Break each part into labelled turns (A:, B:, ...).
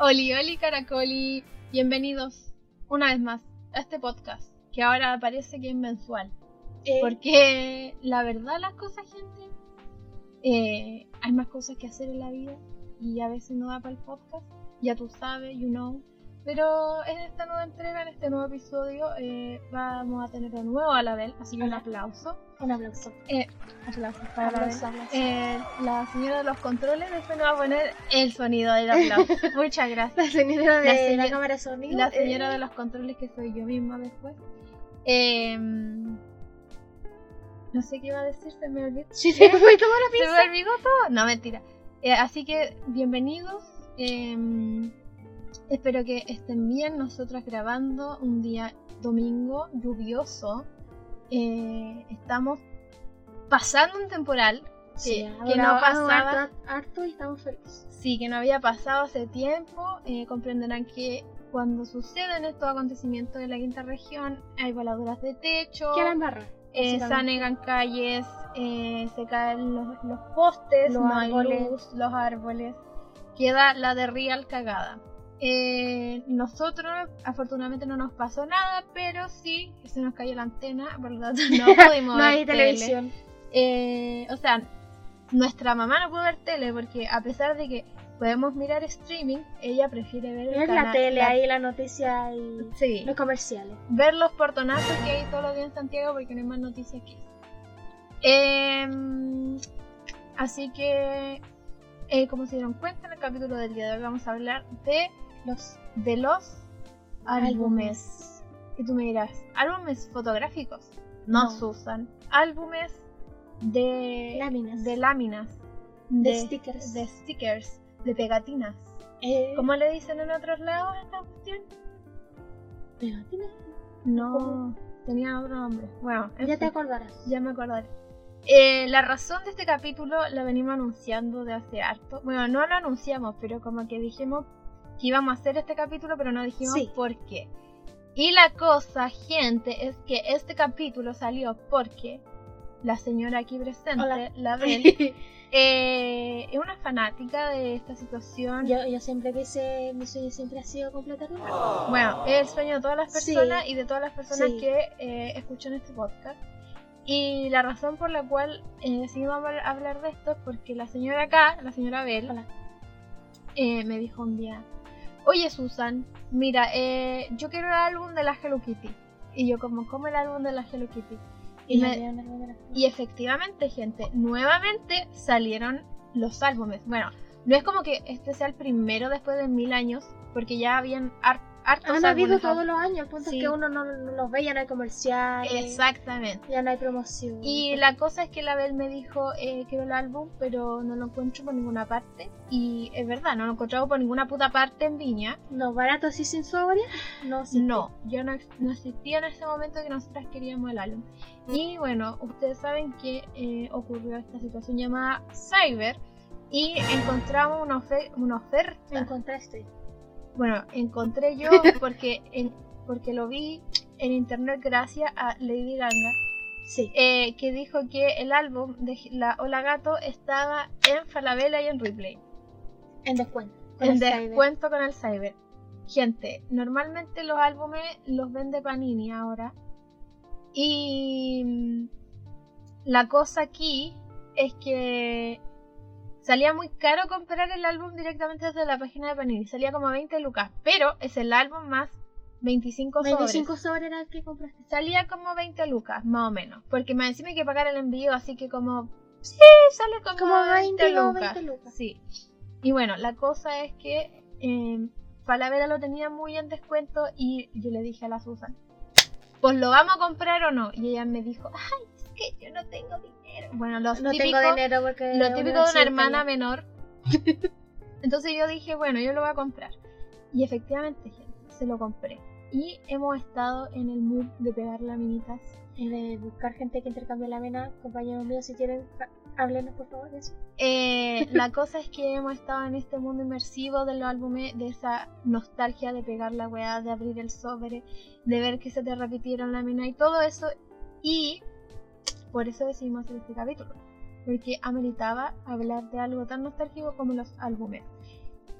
A: Oli, Oli, Caracoli, bienvenidos una vez más a este podcast, que ahora parece que es mensual.
B: Eh,
A: Porque la verdad las cosas, gente, eh, hay más cosas que hacer en la vida y a veces no da para el podcast, ya tú sabes, you know. Pero en esta nueva entrega, en este nuevo episodio, eh, vamos a tener de nuevo a la Bel, así que un
B: Hola.
A: aplauso.
B: un aplauso.
A: Aplausos para la Bel.
B: Aplauso, aplauso.
A: Eh, la señora de los controles después nos va a poner el sonido del aplauso. Muchas gracias.
B: la señora de
A: la
B: la,
A: señora-
B: cámara de sonido.
A: La
B: eh,
A: señora de los controles que soy yo misma después. Em, no sé qué iba a decir, se me olvidó.
B: Sí, se me fue toda la
A: ¿Se
B: pinza.
A: me olvidó todo? No, mentira. Eh, así que bienvenidos. em, espero que estén bien. Nosotras grabando un día domingo lluvioso. Eh, estamos pasando un temporal.
B: Sí,
A: que
B: ahora
A: no
B: vamos
A: pasaba.
B: Harto, harto y estamos felices.
A: Sí, que no había pasado hace tiempo. Eh, comprenderán que cuando suceden estos acontecimientos en la quinta región, hay voladuras de techo,
B: ¿Qué la embarra?
A: eh, se
B: básicamente.
A: anegan calles, eh, se caen los, los postes,
B: Los
A: no hay
B: árboles.
A: luz, los árboles. Queda la de real cagada. Eh, nosotros, afortunadamente, no nos pasó nada, pero sí se nos cayó la antena, por lo tanto, no pudimos ver
B: No hay
A: tele.
B: televisión.
A: Eh, o sea, nuestra mamá no puede ver tele porque a pesar de que podemos mirar streaming, ella prefiere ver el
B: Es la
A: canal-
B: tele,
A: la-
B: ahí la noticia y
A: Sí.
B: los comerciales.
A: Ver los portonazos que hay todos los días en Santiago porque no hay más noticias que eso. Em, así que, eh, como se dieron cuenta en el capítulo del día de hoy, vamos a hablar de los, de los álbumes. Y tú me dirás, álbumes fotográficos. No,
B: No.
A: Susan. Álbumes de
B: Láminas.
A: de láminas,
B: Eh, De
A: de,
B: stickers.
A: de stickers, de pegatinas.
B: Eh,
A: ¿Cómo le dicen en otros lados a esta cuestión?
B: pegatina.
A: No,
B: ¿Cómo?
A: tenía otro nombre. Bueno, en
B: Ah, Ya te
A: fin,
B: acordarás.
A: ya me acordaré. Eh, la razón de este capítulo la venimos anunciando de hace harto. Bueno, no lo anunciamos, pero como que dijimos que íbamos a hacer este capítulo, pero no dijimos
B: Sí.
A: por qué. Y la cosa, gente, es que este capítulo salió porque la señora aquí presente,
B: Hola.
A: la Bel, Eh, es una fanática de esta situación.
B: yo, yo siempre quise, mi sueño siempre ha sido completar un álbum.
A: Bueno, es el sueño de todas las
B: Sí.
A: personas y de todas las personas
B: Sí.
A: que eh, escuchan este podcast. Y la razón por la cual eh, decidimos hablar- hablar de esto es porque la señora acá, la señora Bel,
B: Hola.
A: eh, me dijo un día, oye Susan, mira, eh, yo quiero el álbum de la Hello Kitty. Y yo como, ¿cómo el álbum de la Hello Kitty?
B: Y
A: Me-
B: yo había un álbum de la-
A: Y efectivamente, gente, nuevamente salieron los álbumes. Bueno, no es como que este sea el primero después de mil años, porque ya habían har- hartos
B: Han habido
A: álbumes.
B: todos los años, el punto
A: Sí.
B: es que uno no, no los ve, ya no hay comerciales,
A: Exactamente.
B: ya no hay promoción.
A: Y la cosa es que la Bel me dijo, eh, quiero el álbum, pero no lo encuentro por ninguna parte. Y es verdad, no lo encontramos por ninguna puta parte en Viña.
B: No, barato así sin sobria, no, sí.
A: No, yo no, ex- no existía en ese momento que nosotras queríamos el álbum. Y bueno, ustedes saben que eh, ocurrió esta situación llamada Cyber y encontramos una, ofe- una
B: Me
A: oferta.
B: encontraste.
A: Bueno, encontré yo porque, en- porque lo vi en internet gracias a Lady Ganga,
B: Sí.
A: eh, que dijo que el álbum de la Hola Gato estaba en Falabella y en Ripley.
B: En descuento. con
A: En
B: el cyber.
A: descuento con el cyber. Gente, normalmente los álbumes los vende Panini ahora. Y mm, la cosa aquí es que salía muy caro comprar el álbum directamente desde la página de Panini. Salía como 20 lucas, pero es el álbum más 25 sobres.
B: 25 sobres era el que compraste.
A: Salía como 20 lucas, más o menos. Porque me encima hay que pagar el envío, así que como... Sí, sale como,
B: Como 20 o
A: lucas.
B: 20 lucas.
A: Sí. Y bueno, la cosa es que eh, Falabella lo tenía muy en descuento y yo le dije a la Susan, pues lo vamos a comprar o no. Y ella me dijo, ay, es que yo no tengo dinero. Bueno, los
B: No
A: típicos-
B: tengo dinero porque...
A: lo típico de una
B: universidad
A: hermana
B: ya-
A: menor. Entonces yo dije, bueno, yo lo voy a comprar. Y efectivamente, gente, se lo compré. Y hemos estado en el mood de pegar laminitas.
B: Y de buscar gente que intercambie la mena, compañeros míos, si quieren, ha- háblenos por favor de eso.
A: Eh, la cosa es que hemos estado en este mundo inmersivo de los álbumes, de esa nostalgia de pegar la weá, de abrir el sobre, de ver que se te repitieron la mina y todo eso. Y por eso decidimos hacer este capítulo, porque ameritaba hablar de algo tan nostálgico como los álbumes.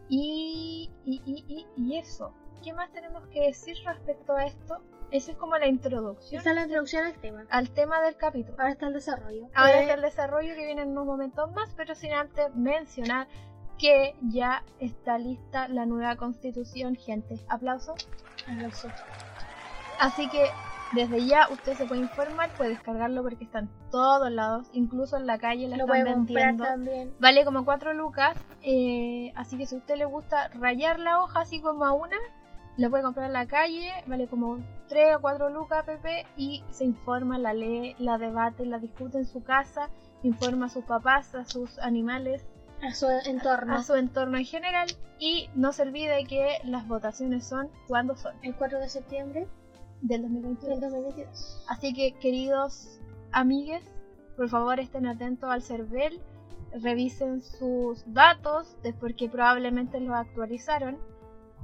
A: Y, y, y, y, y eso. ¿Qué más tenemos que decir respecto a esto? Esa es como la introducción
B: Esta es la introducción al tema.
A: al tema del capítulo.
B: Ahora está el desarrollo.
A: Ahora
B: Eh,
A: está el desarrollo que viene en unos momentos más, pero sin antes mencionar que ya está lista la nueva constitución, gente. Aplauso.
B: aplauso.
A: Así que desde ya usted se puede informar, puede descargarlo porque está en todos lados, incluso en la calle la
B: Lo
A: están
B: puede comprar
A: vendiendo.
B: también.
A: Vale como 4 lucas, eh, así que si a usted le gusta rayar la hoja así como a una, lo puede comprar en la calle, vale como 3 o 4 lucas, Pepe, y se informa, la lee, la debate, la discute en su casa, informa a sus papás, a sus animales,
B: A su entorno.
A: a su entorno en general, y no se olvide que las votaciones son cuando son,
B: El 4 de septiembre
A: del
B: del
A: 2022.
B: 2022.
A: Así que, queridos amigues, por favor estén atentos al CERVEL, revisen sus datos, de- porque probablemente los actualizaron.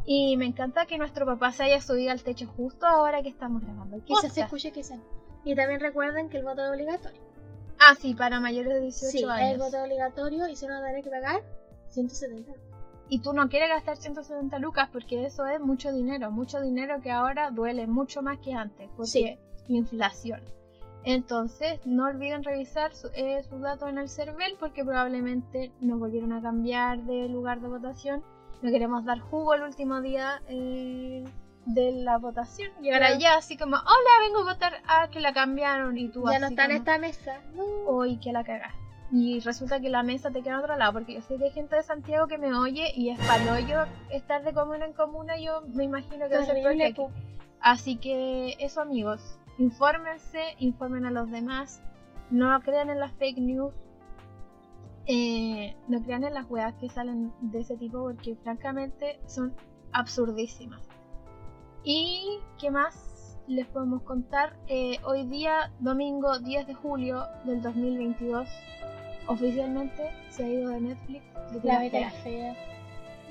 A: Y me encanta que nuestro papá se haya subido al techo justo ahora que estamos grabando. el
B: Quizás Oh, se
A: podcast.
B: escuche, quizás. Y también recuerden que el voto es obligatorio.
A: Ah, sí, para mayores de 18
B: sí, el
A: años.
B: voto es obligatorio y se van a tener que pagar 170.
A: Y tú no quieres gastar 170 lucas porque eso es mucho dinero, mucho dinero que ahora duele mucho más que antes, porque
B: Sí.
A: inflación. Entonces, no olviden revisar su- eh, sus datos en el CERVEL porque probablemente nos volvieron a cambiar de lugar de votación. No queremos dar jugo el último día eh, de la votación. Y ahora
B: Claro.
A: ya, así como, hola, vengo a votar, ah, que la cambiaron y tú
B: Ya
A: así
B: no está en
A: como,
B: esta mesa. No.
A: hoy que la cagás. Y resulta que la mesa te queda en otro lado, porque yo sé que hay gente de Santiago que me oye y es yo estar de comuna en comuna, yo me imagino que va a ser peor que
B: Terrible,
A: aquí.
B: po.
A: Así que eso amigos, infórmense, informen a los demás, no crean en las fake news, eh, no crean en las weas que salen de ese tipo porque francamente son absurdísimas. ¿Y qué más les podemos contar? Eh, hoy día, domingo 10 de julio del 2022, oficialmente se ha ido de Netflix. Betty
B: La
A: la
B: beta
A: Fea.
B: era fea.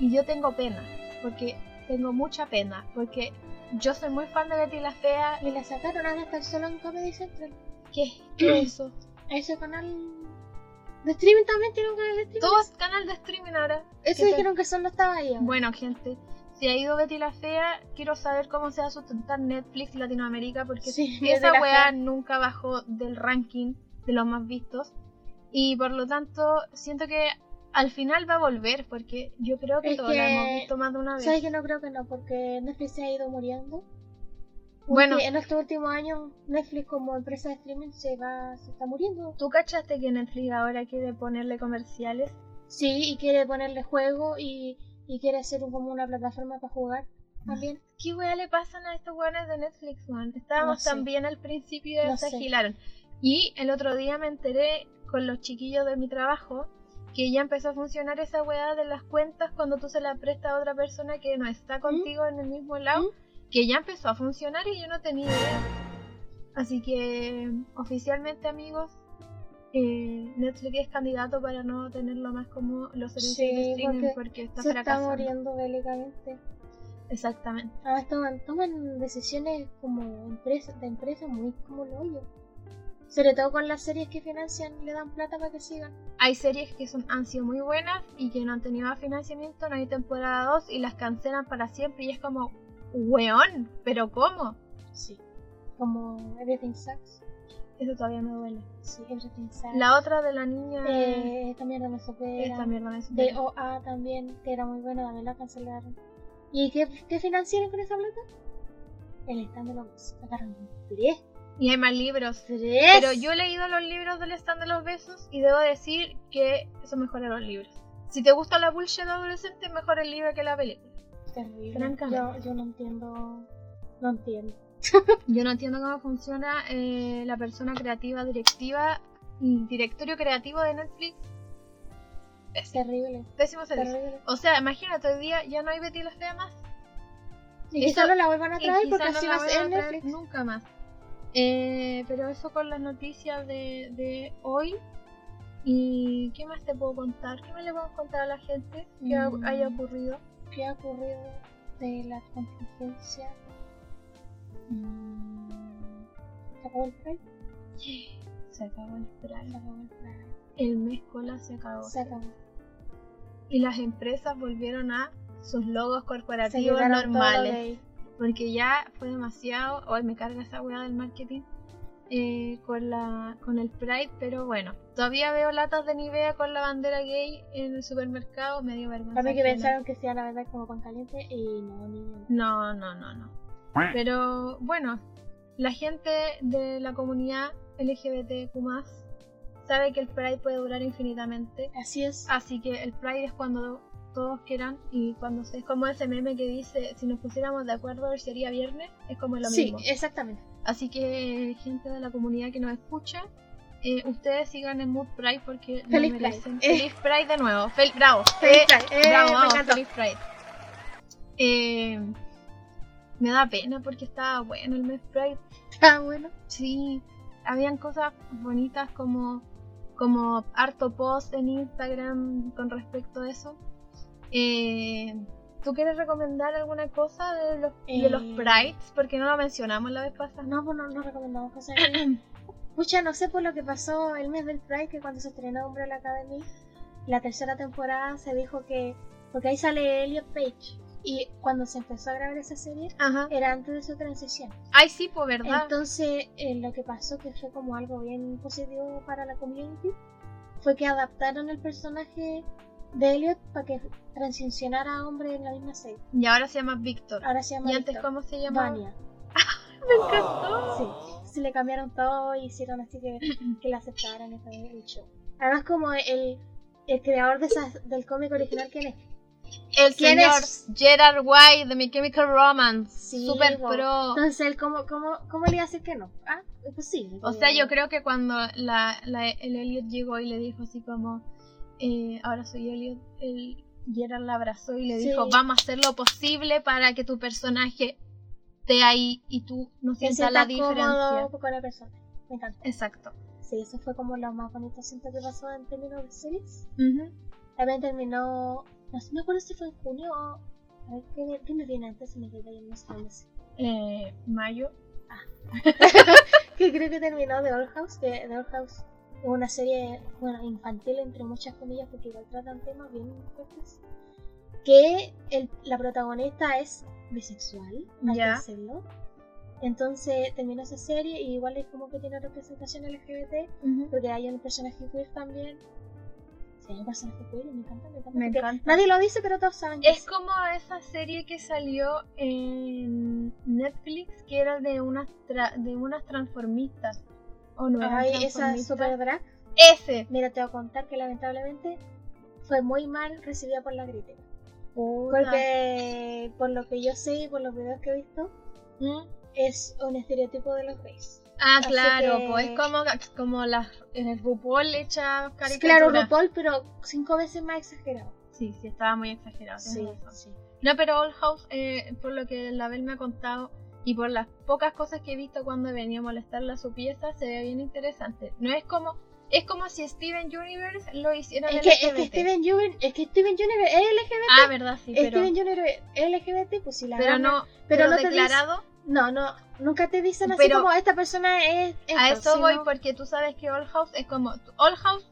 A: Y yo tengo pena, porque tengo mucha pena, porque yo soy muy fan de Betty la Fea.
B: Y la sacaron ahora estar solo en Comedy Central.
A: ¿Qué, qué es eso?
B: Ese canal de streaming también tiene un canal de streaming.
A: Todo es canal de streaming ahora. ¿Qué
B: Eso
A: tal?
B: dijeron que son no estaba ahí. Bueno,
A: Bueno, gente, si ha ido Betty la Fea, quiero saber cómo se va a sustentar Netflix Latinoamérica, porque
B: sí,
A: esa
B: Betty la
A: weá
B: Fea.
A: nunca bajó del ranking de los más vistos. Y por lo tanto, siento que al final va a volver, porque yo creo que
B: Es
A: todos la
B: que-
A: hemos visto más de una vez.
B: ¿Sabes que no creo que no? Porque Netflix se ha ido muriendo. Porque
A: Bueno.
B: en estos últimos años Netflix como empresa de streaming se va, se está muriendo.
A: ¿Tú cachaste que Netflix ahora quiere ponerle comerciales?
B: Sí, y quiere ponerle juego y, y quiere hacer un- como una plataforma para jugar también.
A: ¿Qué weá le pasan a estos weones de Netflix, man? Estábamos
B: No sé.
A: tan bien al principio y
B: No
A: se
B: sé.
A: agilaron. Y el otro día me enteré con los chiquillos de mi trabajo que ya empezó a funcionar esa weá de las cuentas cuando tú se la prestas a otra persona que no
B: ¿Mm?
A: está contigo en el mismo lado, que ya empezó a funcionar y yo no tenía idea. Así que, oficialmente, amigos, eh, Netflix es candidato para no tenerlo más como los servicios de
B: Sí,
A: streaming porque,
B: porque
A: está
B: Se está
A: fracasando.
B: muriendo bélicamente.
A: Exactamente.
B: Ahora toman, toman decisiones como empresa, de empresas muy como lo hoyo. Sobre todo con las series que financian, le dan plata para que sigan.
A: hay series que son, han sido muy buenas y que no han tenido más financiamiento, no hay temporada 2 y las cancelan para siempre y es como, weón, pero ¿cómo?
B: Sí. Como Everything Sucks.
A: Eso todavía me duele.
B: Sí, Everything Sucks.
A: La otra de la niña,
B: Eh, esta mierda me supera.
A: esta mierda me supera.
B: De OA también, que era muy buena, también la cancelaron. ¿Y qué, qué financiaron con esa plata? El stand de los besos. Sacaron tres.
A: Y hay más libros.
B: Tres.
A: Pero yo he leído los libros del stand de los besos y debo decir que son mejores los libros. Si te gusta la bullshit adolescente, mejor el libro que la película.
B: Terrible.
A: Francamente.
B: Yo, yo no entiendo. No entiendo.
A: Yo no entiendo cómo funciona eh, la persona creativa, directiva, y directorio creativo de Netflix.
B: Es terrible.
A: Pésimo servicio.
B: Terrible.
A: O sea, imagínate, hoy día ya no hay Betty la Fea más.
B: Y
A: Eso-
B: quizás no la vuelvan a
A: y
B: traer
A: quizá
B: porque
A: no
B: así
A: la
B: va a ser
A: vuelvan a traer
B: Netflix.
A: Nunca más. Eh, pero eso con las noticias de, de hoy. ¿Y qué más te puedo contar? ¿Qué me le puedo contar a la gente que ha-
B: Mm.
A: haya ocurrido?
B: ¿Qué ha ocurrido de la contingencia? Mm, ¿Se acabó el Pride?
A: Se acabó el plan.
B: Se acabó el Pride.
A: El mes cola se acabó.
B: Se acabó.
A: y las empresas volvieron a sus logos
B: Se
A: corporativos
B: llevaron todo lo
A: normales.
B: gay.
A: Porque ya fue demasiado. Hoy me carga esa weá del marketing eh, con, la, con el Pride, pero bueno. Todavía veo latas de Nivea con la bandera gay en el supermercado, me dio vergüenza.
B: Para mí que
A: ajena.
B: pensaron que sea la verdad como pan caliente y no, ni ni-
A: No, no, no, no. Pero bueno, la gente de la comunidad LGBTQ sabe que el Pride puede durar infinitamente.
B: Así es.
A: Así que el Pride es cuando todos quieran y cuando se, es como ese meme que dice si nos pusiéramos de acuerdo hoy sería viernes, es como lo
B: sí,
A: mismo.
B: exactamente.
A: Así que gente de la comunidad que nos escucha, eh, ustedes sigan en Mood Pride porque lo
B: Feliz Pride.
A: merecen.
B: Eh.
A: Feliz Pride de nuevo. Fel- bravo.
B: Feliz
A: Eh,
B: Pride. Eh,
A: Bravo,
B: me
A: vamos,
B: encantó.
A: feliz Pride. Eh, me da pena porque estaba bueno el mes Pride.
B: Ah, bueno.
A: Sí, habían cosas bonitas como, como harto post en Instagram con respecto a eso. Eh, ¿Tú quieres recomendar alguna cosa de los, de los
B: Eh.
A: Prides? Porque no lo mencionamos la vez pasada.
B: No, pues no, no recomendamos cosas. Pucha, no sé por lo que pasó el mes del Pride, que cuando se estrenó Hombre la Academy, la tercera temporada se dijo que. Porque ahí sale Elliot Page. Y cuando se empezó a grabar esa serie,
A: Ajá.
B: era antes de su transición.
A: Ay, sí, pues verdad.
B: Entonces, eh, lo que pasó, que fue como algo bien positivo para la community, fue que adaptaron el personaje de Elliot para que transicionara a hombre en la misma serie.
A: y ahora se llama Víctor.
B: Ahora se llama
A: ¿Y antes
B: Victor.
A: cómo se llamaba?
B: Vania.
A: Me encantó.
B: Sí, se le cambiaron todo y hicieron así que, que la aceptaran y también el show. Además, como el, el creador de esas, del cómic original, ¿quién es?
A: El
B: ¿Quién
A: señor
B: es?
A: Gerard Way de My Chemical Romance.
B: Sí,
A: super
B: bo.
A: pro.
B: Entonces, él, ¿cómo, cómo, ¿cómo le iba a decir que no? Ah, es posible.
A: O sea, yo creo que cuando la, la- el Elliot llegó y le dijo así como, eh, ahora soy Elliot, el Gerard la abrazó y le
B: Sí.
A: dijo, vamos a hacer lo posible para que tu personaje esté ahí y tú no
B: que
A: sientas la diferencia.
B: diferencia. con la persona. Me encanta.
A: Exacto.
B: Sí, eso fue como lo más bonito siento que pasó en términos de series.
A: Ujú.
B: También terminó, no sé, me acuerdo si fue en junio o... A ver, ¿qué, qué me viene antes? Se me quedé ahí en los planes.
A: Eh, Mayo.
B: que creo que terminó The Old House, que The Old House es una serie, bueno, infantil entre muchas comillas, porque igual tratan temas bien fuertes. Que el- la protagonista es bisexual, hay
A: Ya.
B: que decirlo. Entonces terminó esa serie y igual es como que tiene representación LGBT, porque hay un personaje queer también. Sí, hay un personaje queer y me encanta, me encanta.
A: Me
B: porque
A: encanta.
B: Nadie lo dice, pero todos saben que
A: Es como esa serie que salió en Netflix que era de unas tra- de unas transformistas. ¿O no eran
B: Ay, esa
A: transformistas?
B: super drag.
A: Ese.
B: Mira, te voy a contar que lamentablemente fue muy mal recibida por la crítica.
A: Porque-
B: Porque por lo que yo sé y por los videos que he visto,
A: ¿Mm?
B: es un estereotipo de los gays.
A: Ah,
B: Así
A: claro,
B: que-
A: pues es como, como las en el RuPaul hecha caricatura.
B: Claro, RuPaul, pero cinco veces más exagerado.
A: Sí, sí, estaba muy exagerado. tienes
B: Sí,
A: razón.
B: sí.
A: No, pero Old House, eh, por lo que la Bel me ha contado y por las pocas cosas que he visto cuando he venido a molestarla a su pieza, se ve bien interesante. No es como es como si Steven Universe lo hiciera
B: Es
A: en
B: que, es
A: LGBT.
B: que Steven Universe es que Steven Universe es LGBT.
A: Ah, verdad, sí, pero,
B: Steven Universe es LGBT, pues si la
A: pero
B: gana-
A: no, pero,
B: pero no te
A: declarado.
B: no, no, nunca te dicen así
A: Pero-
B: como esta persona es. esto",
A: a eso voy
B: sino-
A: porque tú sabes que Old House es como Old House.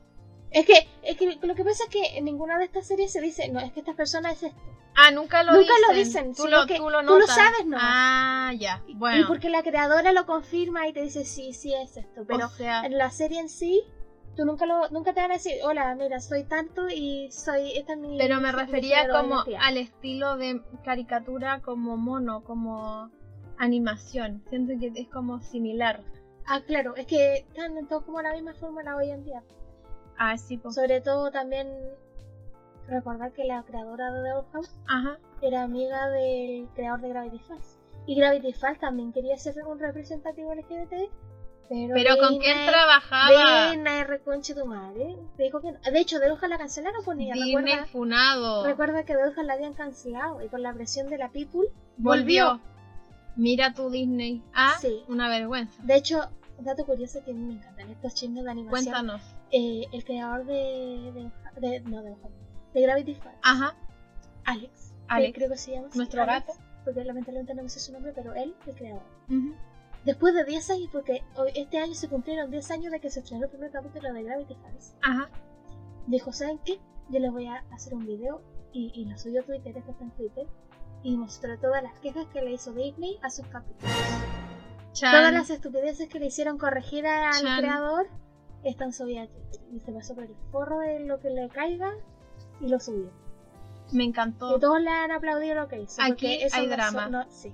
B: Es que, es que lo que pasa es que en ninguna de estas series se dice, no, es que esta persona es esto.
A: Ah, nunca lo
B: Nunca
A: dicen.
B: lo dicen,
A: Tú
B: sino
A: lo,
B: que
A: tú lo
B: tú lo
A: notas.
B: sabes nomás.
A: Ah, ya. Bueno.
B: Y porque la creadora lo confirma y te dice, sí, sí es esto. Pero
A: o sea,
B: en la serie en sí, tú nunca lo, nunca te van a decir, hola, mira, soy tanto y soy esta es mi.
A: pero me
B: mi
A: refería
B: género,
A: como
B: identidad".
A: al estilo de caricatura como mono, como animación. Siento que es como similar.
B: Ah, claro, es que están en todo como la misma fórmula hoy en día.
A: Ah, sí, pues.
B: Sobre todo también recordar que la creadora de The Old House
A: Ajá.
B: era amiga del creador de Gravity Falls. Y Gravity Falls también quería ser un representativo LGBT. Pero,
A: Pero con
B: Disney-
A: quién trabajaba
B: Disney, eh, reconche tu madre. Dijo que no. De hecho, The Old House la cancelaron, pues niña,
A: Disney
B: recuerda.
A: Funado.
B: Recuerda que The Old House la habían cancelado y por la presión de la People
A: Volvió. Mira tu Disney. Ah,
B: Sí.
A: una vergüenza.
B: De hecho, un dato curioso que a mí me encantan estos chismes de animación.
A: Cuéntanos.
B: Eh, el creador de, de, de- no, de, de Gravity Falls,
A: Ajá.
B: Alex.
A: Alex.
B: que creo que se llama. así,
A: Nuestro
B: Alex,
A: gato.
B: Porque lamentablemente no me sé su nombre, pero él, el creador. Después de 10 años, porque hoy- este año se cumplieron 10 años de que se estrenó el primer capítulo de Gravity Falls,
A: Ajá.
B: dijo, ¿saben qué? yo les voy a hacer un video y, y lo subió a Twitter, esto está en Twitter, y mostró todas las quejas que le hizo Disney a sus capítulos.
A: Chan.
B: Todas las estupideces que le hicieron corregir al
A: Chan.
B: creador están subidas a Twitter. Y se pasó por el forro de lo que le caiga y lo subió.
A: Me
B: Y
A: encantó.
B: todos le han aplaudido lo que hizo.
A: Oh. Aquí
B: porque eso
A: hay
B: no
A: drama.
B: son- no- sí.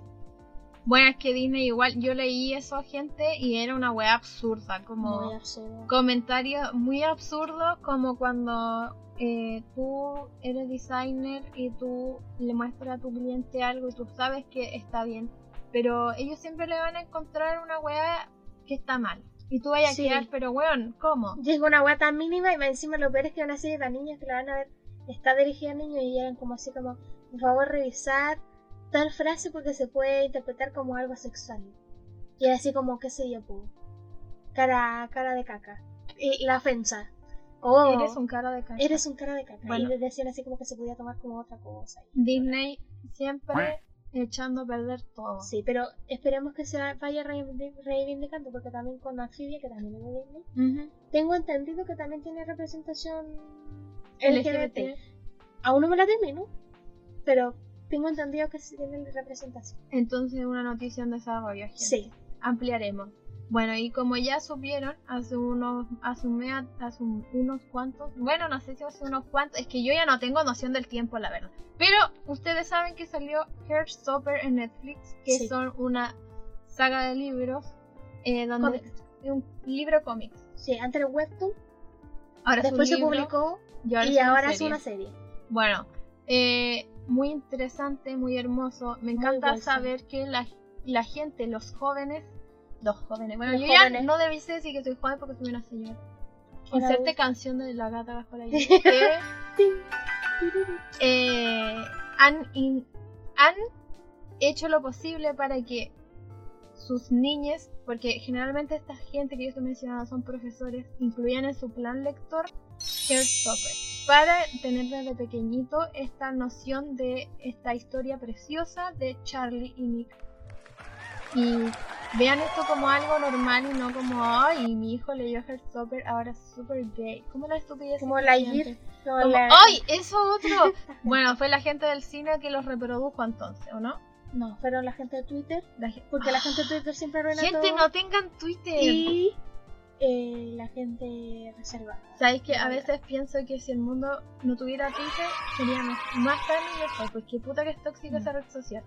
A: Bueno, es que Disney igual, yo leí eso a gente y era una wea absurda, como
B: Muy absurdo.
A: comentarios muy absurdos, como cuando eh, tú eres designer y tú le muestras a tu cliente algo y tú sabes que está bien, pero ellos siempre le van a encontrar una wea que está mal. Y tú vayas
B: Sí.
A: a quedar, pero weón, ¿cómo?
B: Llega una weá tan mínima y más encima lo peor es que una serie de niños que la van a ver está dirigida a niños y llegan como así como, por favor revisar tal frase porque se puede interpretar como algo sexual. Y así como, qué sé yo, po, cara, cara de caca. Y la ofensa. Oh,
A: Eres un cara de caca.
B: eres un cara de caca.
A: Bueno.
B: Y decían así como que se podía tomar como otra cosa.
A: Disney siempre echando a perder todo.
B: Sí, pero esperemos que se vaya reivindic- reivindicando porque también con Amphibia, que también es de Disney,
A: Ujú.
B: tengo entendido que también tiene representación
A: LGBT.
B: LGBT. Aún no me la termino, pero tengo entendido que sí tiene representación.
A: Entonces, una noticia en desarrollo. gente.
B: Sí,
A: ampliaremos. Bueno, y como ya supieron, hace unos, hace, un mea- hace un- unos cuantos, bueno, no sé si hace unos cuantos, es que yo ya no tengo noción del tiempo, la verdad. Pero ustedes saben que salió Heartstopper en Netflix, que
B: Sí.
A: son una saga de libros, eh, donde
B: cómic.
A: un libro cómics.
B: Sí, antes era webtoon,
A: Ahora es un
B: después se
A: libro
B: publicó
A: y ahora,
B: y
A: es, una
B: ahora es
A: serie.
B: una serie.
A: Bueno, eh, muy interesante, muy hermoso. Me encanta
B: wholesome.
A: saber que la, la gente, los jóvenes, los jóvenes, bueno,
B: Los
A: yo
B: jóvenes.
A: ya no debí decir que soy joven porque soy una señora.
B: Una
A: Inserte
B: adulta.
A: canción de la gata bajo la lluvia. que, eh, han, in- han hecho lo posible para que sus niñas, porque generalmente esta gente que yo estoy mencionando son profesores, incluían en su plan lector Heartstopper para tener desde pequeñito esta noción de esta historia preciosa de Charlie y Nick. Y vean esto como algo normal y no como, ay, mi hijo leyó Heartstopper, ahora es super gay. Como la estupidez.
B: Como
A: que
B: la
A: siempre.
B: Year. no,
A: Como,
B: la-
A: ¡Ay! Eso otro. bueno, fue la gente del cine que los reprodujo entonces, ¿o no?
B: No, fueron la gente de Twitter,
A: La ge-
B: porque la gente de Twitter siempre arruina
A: Gente,
B: todo.
A: no tengan Twitter.
B: Y eh, la gente reservada.
A: Sabéis que a veces pienso que si el mundo no tuviera Twitter sería más, más tan mejor, porque puta que es tóxica
B: Mm.
A: esa red social.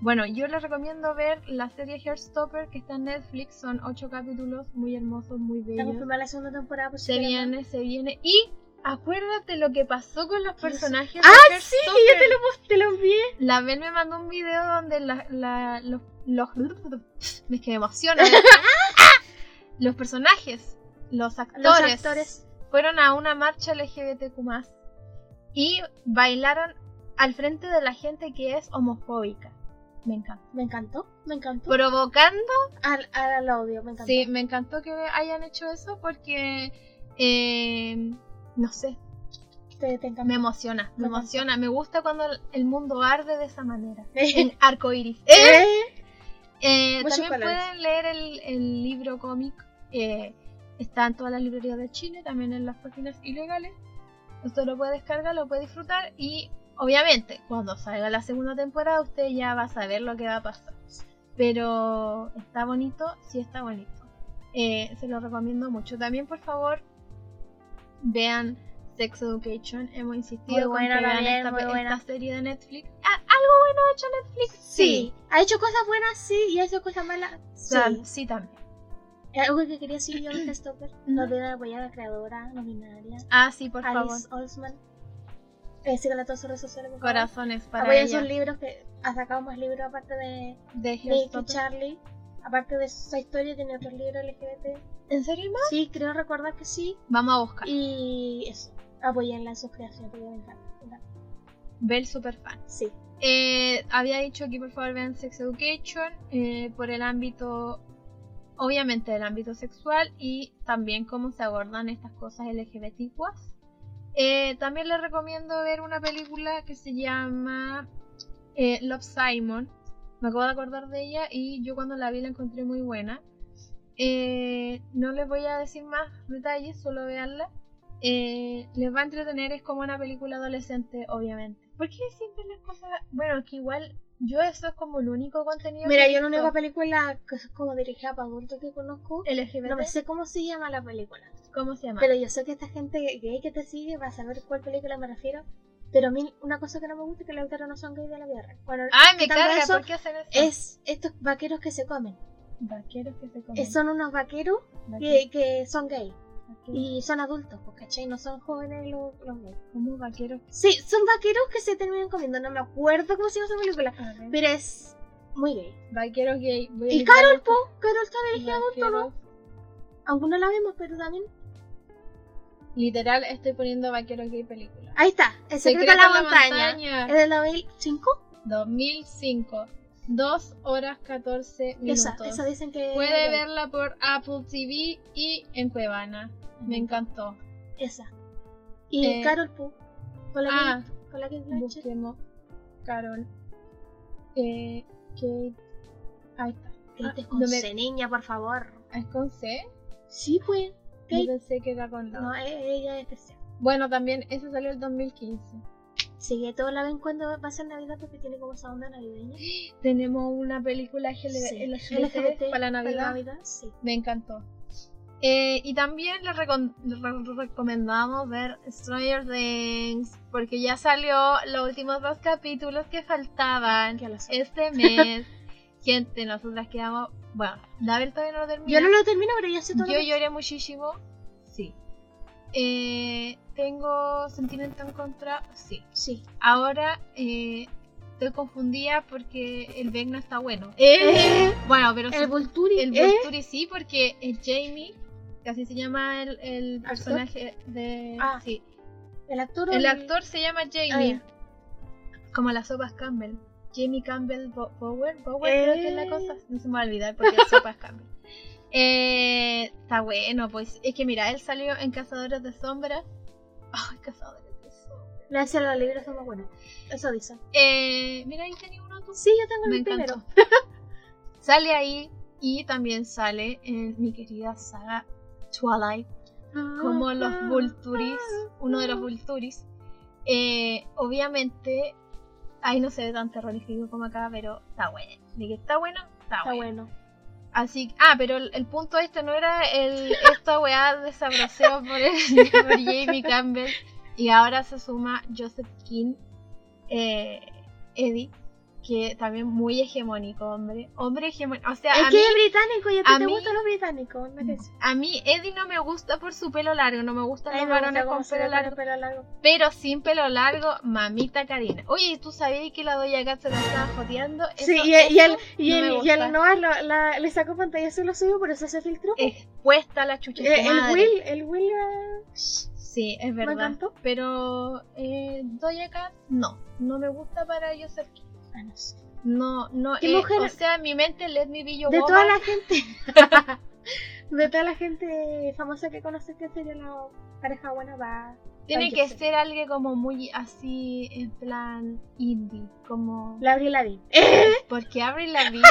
A: Bueno, yo les recomiendo ver la serie Heartstopper que está en Netflix, son ocho capítulos muy hermosos, muy
B: Está
A: bellos.
B: confirmada la segunda temporada, pues, por si
A: Se
B: quieren ver.
A: viene, se viene. Y acuérdate lo que pasó con los
B: ¿Qué es?
A: personajes.
B: ¡Ah,
A: de
B: sí! Que
A: Heartstopper.
B: yo te lo, pos- te lo envié.
A: La Bel me mandó un video donde la- la- los, los. Es que me emociona. ¡Ah! los personajes, los actores,
B: Los actores.
A: fueron a una marcha LGBTQ, y bailaron al frente de la gente que es homofóbica. Me encanta.
B: Me encantó, me encantó.
A: Provocando.
B: Al, al audio, me encantó.
A: Sí, me encantó que hayan hecho eso porque. eh, no sé,
B: Te, te encantó.
A: me emociona, me
B: Me encantó.
A: emociona. Me gusta cuando el mundo arde de esa manera.
B: Eh,
A: En arcoiris. Eh,
B: Muchos
A: también
B: colores.
A: pueden leer el, el libro cómic. eh, está en todas las librerías de Chile, también en las páginas ilegales. Usted lo puede descargar, lo puede disfrutar y obviamente cuando salga la segunda temporada usted ya va a saber lo que va a pasar. Pero está bonito, sí está bonito. Eh, se lo recomiendo mucho. También por favor vean Sex Education. Hemos
B: Muy
A: insistido con
B: buena
A: que vean
B: también,
A: esta,
B: muy
A: esta
B: buena.
A: serie de Netflix. Ah, ¿Algo bueno ha hecho Netflix?
B: Sí. Ha hecho cosas buenas, sí, y ha hecho cosas malas, sí.
A: Tam- sí también.
B: Algo que quería decir yo de Christopher, no
A: Ujú.
B: olvidar apoyar a la creadora, no binaria,
A: Ah, sí, por
B: Alice
A: favor.
B: Olsman. Eh, síganla en todas sus redes sociales, por favor.
A: Corazones para
B: Apoyen
A: ella.
B: sus libros, que ha sacado más libros aparte de
A: De
B: Nick y
A: Hearthstone.
B: Charlie. Aparte de esa historia, tiene otros libros LGBT.
A: ¿En serio más?
B: Sí, creo recordar que sí.
A: Vamos a buscar.
B: Y eso, apoyenla en sus creaciones, porque me encanta. me encanta.
A: Bel Superfan.
B: Sí,
A: Eh, había dicho que por favor vean Sex Education eh, por el ámbito, obviamente el ámbito sexual y también cómo se abordan estas cosas LGBT. Eh, también les recomiendo ver una película que se llama eh, Love Simon. Me acabo de acordar de ella y yo cuando la vi la encontré muy buena. Eh, no les voy a decir más detalles, solo veanla. eh, les va a entretener, es como una película adolescente, obviamente. Porque siempre las cosas. Bueno, que igual yo eso es como el único contenido.
B: Mira,
A: que
B: yo la
A: he
B: única
A: visto.
B: película que es como dirigida para adultos que conozco,
A: LGBT.
B: no me sé cómo se llama la película.
A: ¿Cómo se llama?
B: Pero yo sé que esta gente gay que te sigue va a saber cuál película me refiero. Pero a mí una cosa que no me gusta es que los autores no son gay de la vida real. Bueno,
A: Ay, me
B: quitando
A: carga,
B: eso,
A: ¿por qué hacen eso?
B: es estos vaqueros que se comen.
A: Vaqueros que se comen.
B: Eh, son unos vaqueros
A: Vaqueros,
B: que, que son gay.
A: vaqueros.
B: Y son adultos, pues, ¿cachai? No son jóvenes los, los gays.
A: ¿Cómo vaqueros?
B: Sí, son vaqueros que se terminan comiendo. No me acuerdo cómo se llama esa película.
A: A ver.
B: Pero es muy gay.
A: Vaqueros gay. voy a
B: Y
A: buscar
B: Carol,
A: esto.
B: po. Carol está dirigida a adultos, ¿no?
A: Vaqueros.
B: Aunque no la vemos, pero también.
A: Literal, estoy poniendo vaqueros gay película.
B: Ahí está. El secreto de la, montaña. Eh. Es del 2005.
A: 2005. 2 horas 14 minutos.
B: Esa, esa dicen que.
A: Puede verla por Apple TV y en Cuevana. Me encantó.
B: Esa. Y
A: Eh,
B: Carol, po. Con la
A: Ah,
B: que. Con la que Blanchett.
A: busquemos Carol. Eh, Kate. Ahí está.
B: Que
A: Ah,
B: te
A: no me-
B: esconce, niña, por favor.
A: Ah, ¿Es con C?
B: Sí, pues.
A: Yo
B: Kate.
A: pensé que era con la.
B: No, e- ella es especial.
A: Bueno, también esa salió el 2015.
B: Sí, que todos la ven cuando pasa Navidad porque tiene como esa onda navideña.
A: Tenemos una película GL
B: Sí,
A: LGBT para la Navidad.
B: sí.
A: Me encantó. Eh, y también les, recom- re- recomendamos ver Stranger Things porque ya salió los últimos dos capítulos que faltaban
B: Que a las-
A: este mes. Gente, nosotras quedamos... Bueno, David todavía no lo terminó.
B: Eh, Yo no lo termino, pero ya sé todo. lo
A: Yo
B: que-
A: lloré muchísimo, sí. Eh, ¿Tengo sentimiento en contra? Sí.
B: Sí.
A: Ahora eh, estoy confundida porque el Beck no está bueno.
B: Eh,
A: Bueno, pero
B: el
A: su-
B: Volturi.
A: el
B: eh,
A: Volturi sí, porque el Jamie, que así se llama el, el
B: ¿Actor?
A: personaje de...
B: Ah.
A: sí.
B: el actor. o
A: El actor se llama Jamie,
B: Ah,
A: como las sopas Campbell. Jamie Campbell Bo- Bower, Bower
B: Eh.
A: creo que es la cosa. No se me va a olvidar porque es sopas Campbell. Eh, está bueno, pues es que mira, él salió en Cazadores de Sombras. Ay, Cazadores de Sombras.
B: ya. Gracias a los libros son más buenos. Eso dicen.
A: Eh, mira, ahí tenía uno tú.
B: Sí, yo tengo
A: Me
B: el primero.
A: encantó. Sale ahí y también sale en mi querida saga Twilight, como
B: Ah,
A: los Vulturis, uno de los Vulturis. Eh, obviamente, ahí no se ve tan terrorífico como acá, pero está bueno. De que está bueno, está,
B: Está
A: bueno.
B: bueno.
A: Así, ah, pero el, el punto este no era el, esta weá de sabroseo por, el- por Jamie Campbell. Y ahora se suma Joseph King, eh, Eddie, que también muy hegemónico, hombre. Hombre hegemónico. O sea,
B: Es
A: a,
B: que
A: mí,
B: es británico y a ti
A: a
B: te
A: mí-
B: gustan los británicos. ¿no es eso?
A: a mí Eddie no me gusta por su pelo largo, no me gustan
B: Ay,
A: los
B: me gusta
A: varones
B: cómo
A: con
B: se
A: pelo
B: le pone
A: largo.
B: pelo largo.
A: Pero sin pelo largo, mamita Karina. Oye, ¿tú sabías que la doña Gat se la estaba joteando?
B: Sí,
A: Eso-
B: y, y
A: eso
B: el, y
A: no me
B: el, y
A: gusta.
B: el Noah lo- la- le sacó pantalla solo suyo, por eso se filtró.
A: Expuesta a la chucha. de
B: Eh,
A: su
B: el
A: madre.
B: Will, el Will. eh,
A: Sí, es verdad.
B: encantó.
A: Pero eh, Doja Cat, no. No me gusta para Joseph King.
B: ah, no sé.
A: No, no.
B: ¿Qué
A: eh,
B: mujer?
A: O sea, en mi mente, Let Me Be Your
B: De
A: Woman.
B: toda la gente. de toda la gente famosa que conoces, que sería la pareja buena va.
A: Tiene
B: Ay,
A: que
B: Joseph.
A: ser alguien como muy así, en plan indie. Como.
B: La Avril Lavigne.
A: Porque Avril Lavigne,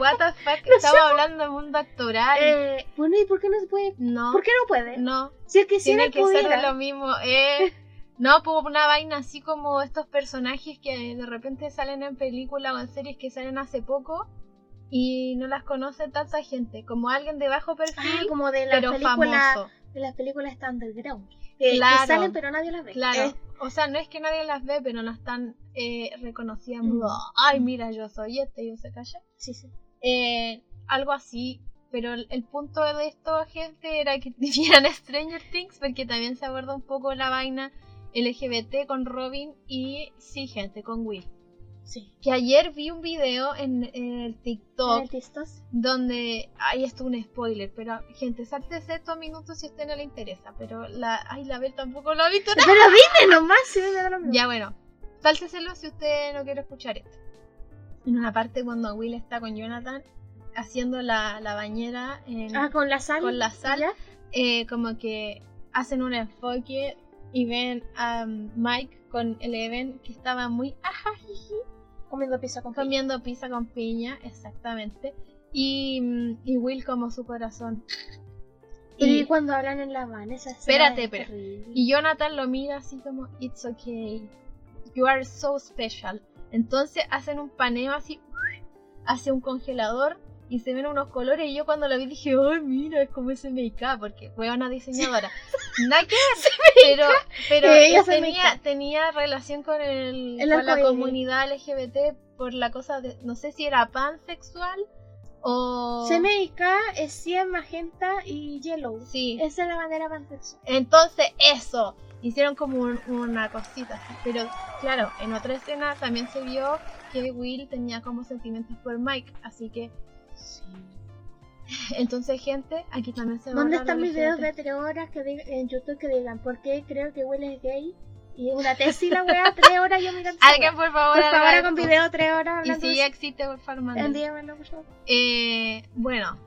A: what the fuck, estaba hablando de mundo actoral.
B: Eh, bueno, ¿y por qué no se puede?
A: no,
B: ¿Por qué no puede?
A: no.
B: Si el que
A: Tiene
B: hiciera
A: que ser
B: pudiera.
A: lo mismo. Eh. No, por una vaina así como estos personajes que de repente salen en películas o en series que salen hace poco y no las conoce tanta gente. Como alguien de bajo
B: Ah,
A: perfil,
B: como de las
A: pero
B: películas
A: famoso.
B: de las películas está underground. Eh, Que, que
A: Claro.
B: salen pero nadie las ve.
A: Claro.
B: Eh,
A: O sea, no es que nadie las ve, pero no están eh, reconocidas.
B: Mm.
A: como, Ay, mira, yo soy este, yo se calla.
B: sí, sí.
A: Eh, algo así. Pero el, el punto de esto, gente, era que vieran Stranger Things, porque también se aborda un poco la vaina LGBT con Robin y sí, gente, con Will.
B: Sí.
A: Que ayer vi un video en, en el TikTok
B: Artistas.
A: donde. Ay, esto es un spoiler, pero gente, sáltese estos minutos si a usted no le interesa. Pero la. Ay, la Bel tampoco lo ha visto.
B: Pero dime nomás si me da lo mismo.
A: Ya bueno, sálteselo si usted no quiere escuchar esto. En una parte cuando Will está con Jonathan haciendo la, la bañera en-
B: Ah, con la sal.
A: con la sal,
B: ya.
A: eh, como que hacen un enfoque y ven a um, Mike con Eleven que estaba muy ajajiji
B: Comiendo pizza con piña.
A: comiendo pizza con piña, exactamente. Y, mm, y Will como su corazón.
B: Pero
A: Y-
B: y cuando hablan en La Habana, esa escena
A: Espérate,
B: es
A: pero-
B: terrible.
A: Y Jonathan lo mira así como, it's okay, you are so special. Entonces hacen un paneo así hacia un congelador y se ven unos colores. Y yo cuando lo vi dije, ay, mira, es como ese make-up, porque fue una diseñadora. Nada que ver, pero, pero
B: Eh, ella se
A: tenía,
B: make-up.
A: tenía relación con, el,
B: El
A: con la
B: arcoíris.
A: comunidad LGBT por la cosa de, no sé si era pansexual o...
B: CMYK es cyan, magenta y yellow.
A: Sí.
B: Esa es la bandera pansexual.
A: Entonces, eso. Hicieron como un- una cosita así. Pero claro, en otra escena también se vio que Will tenía como sentimientos por Mike. Así que, entonces, gente, aquí también se va
B: ¿Dónde
A: a hablar
B: están
A: de
B: mis videos de
A: LGBT.
B: tres horas que diga- en YouTube que digan por qué creo que Will es gay? Y una tesis la wea, tres horas yo mirando. esa
A: Alguien,
B: wea.
A: por favor,
B: por
A: haga
B: favor,
A: esto.
B: con video tres horas
A: Y
B: hablando
A: si
B: de
A: ya
B: eso.
A: existe, por favor, mándenlo.
B: Envíamelo, por favor.
A: Eh, bueno,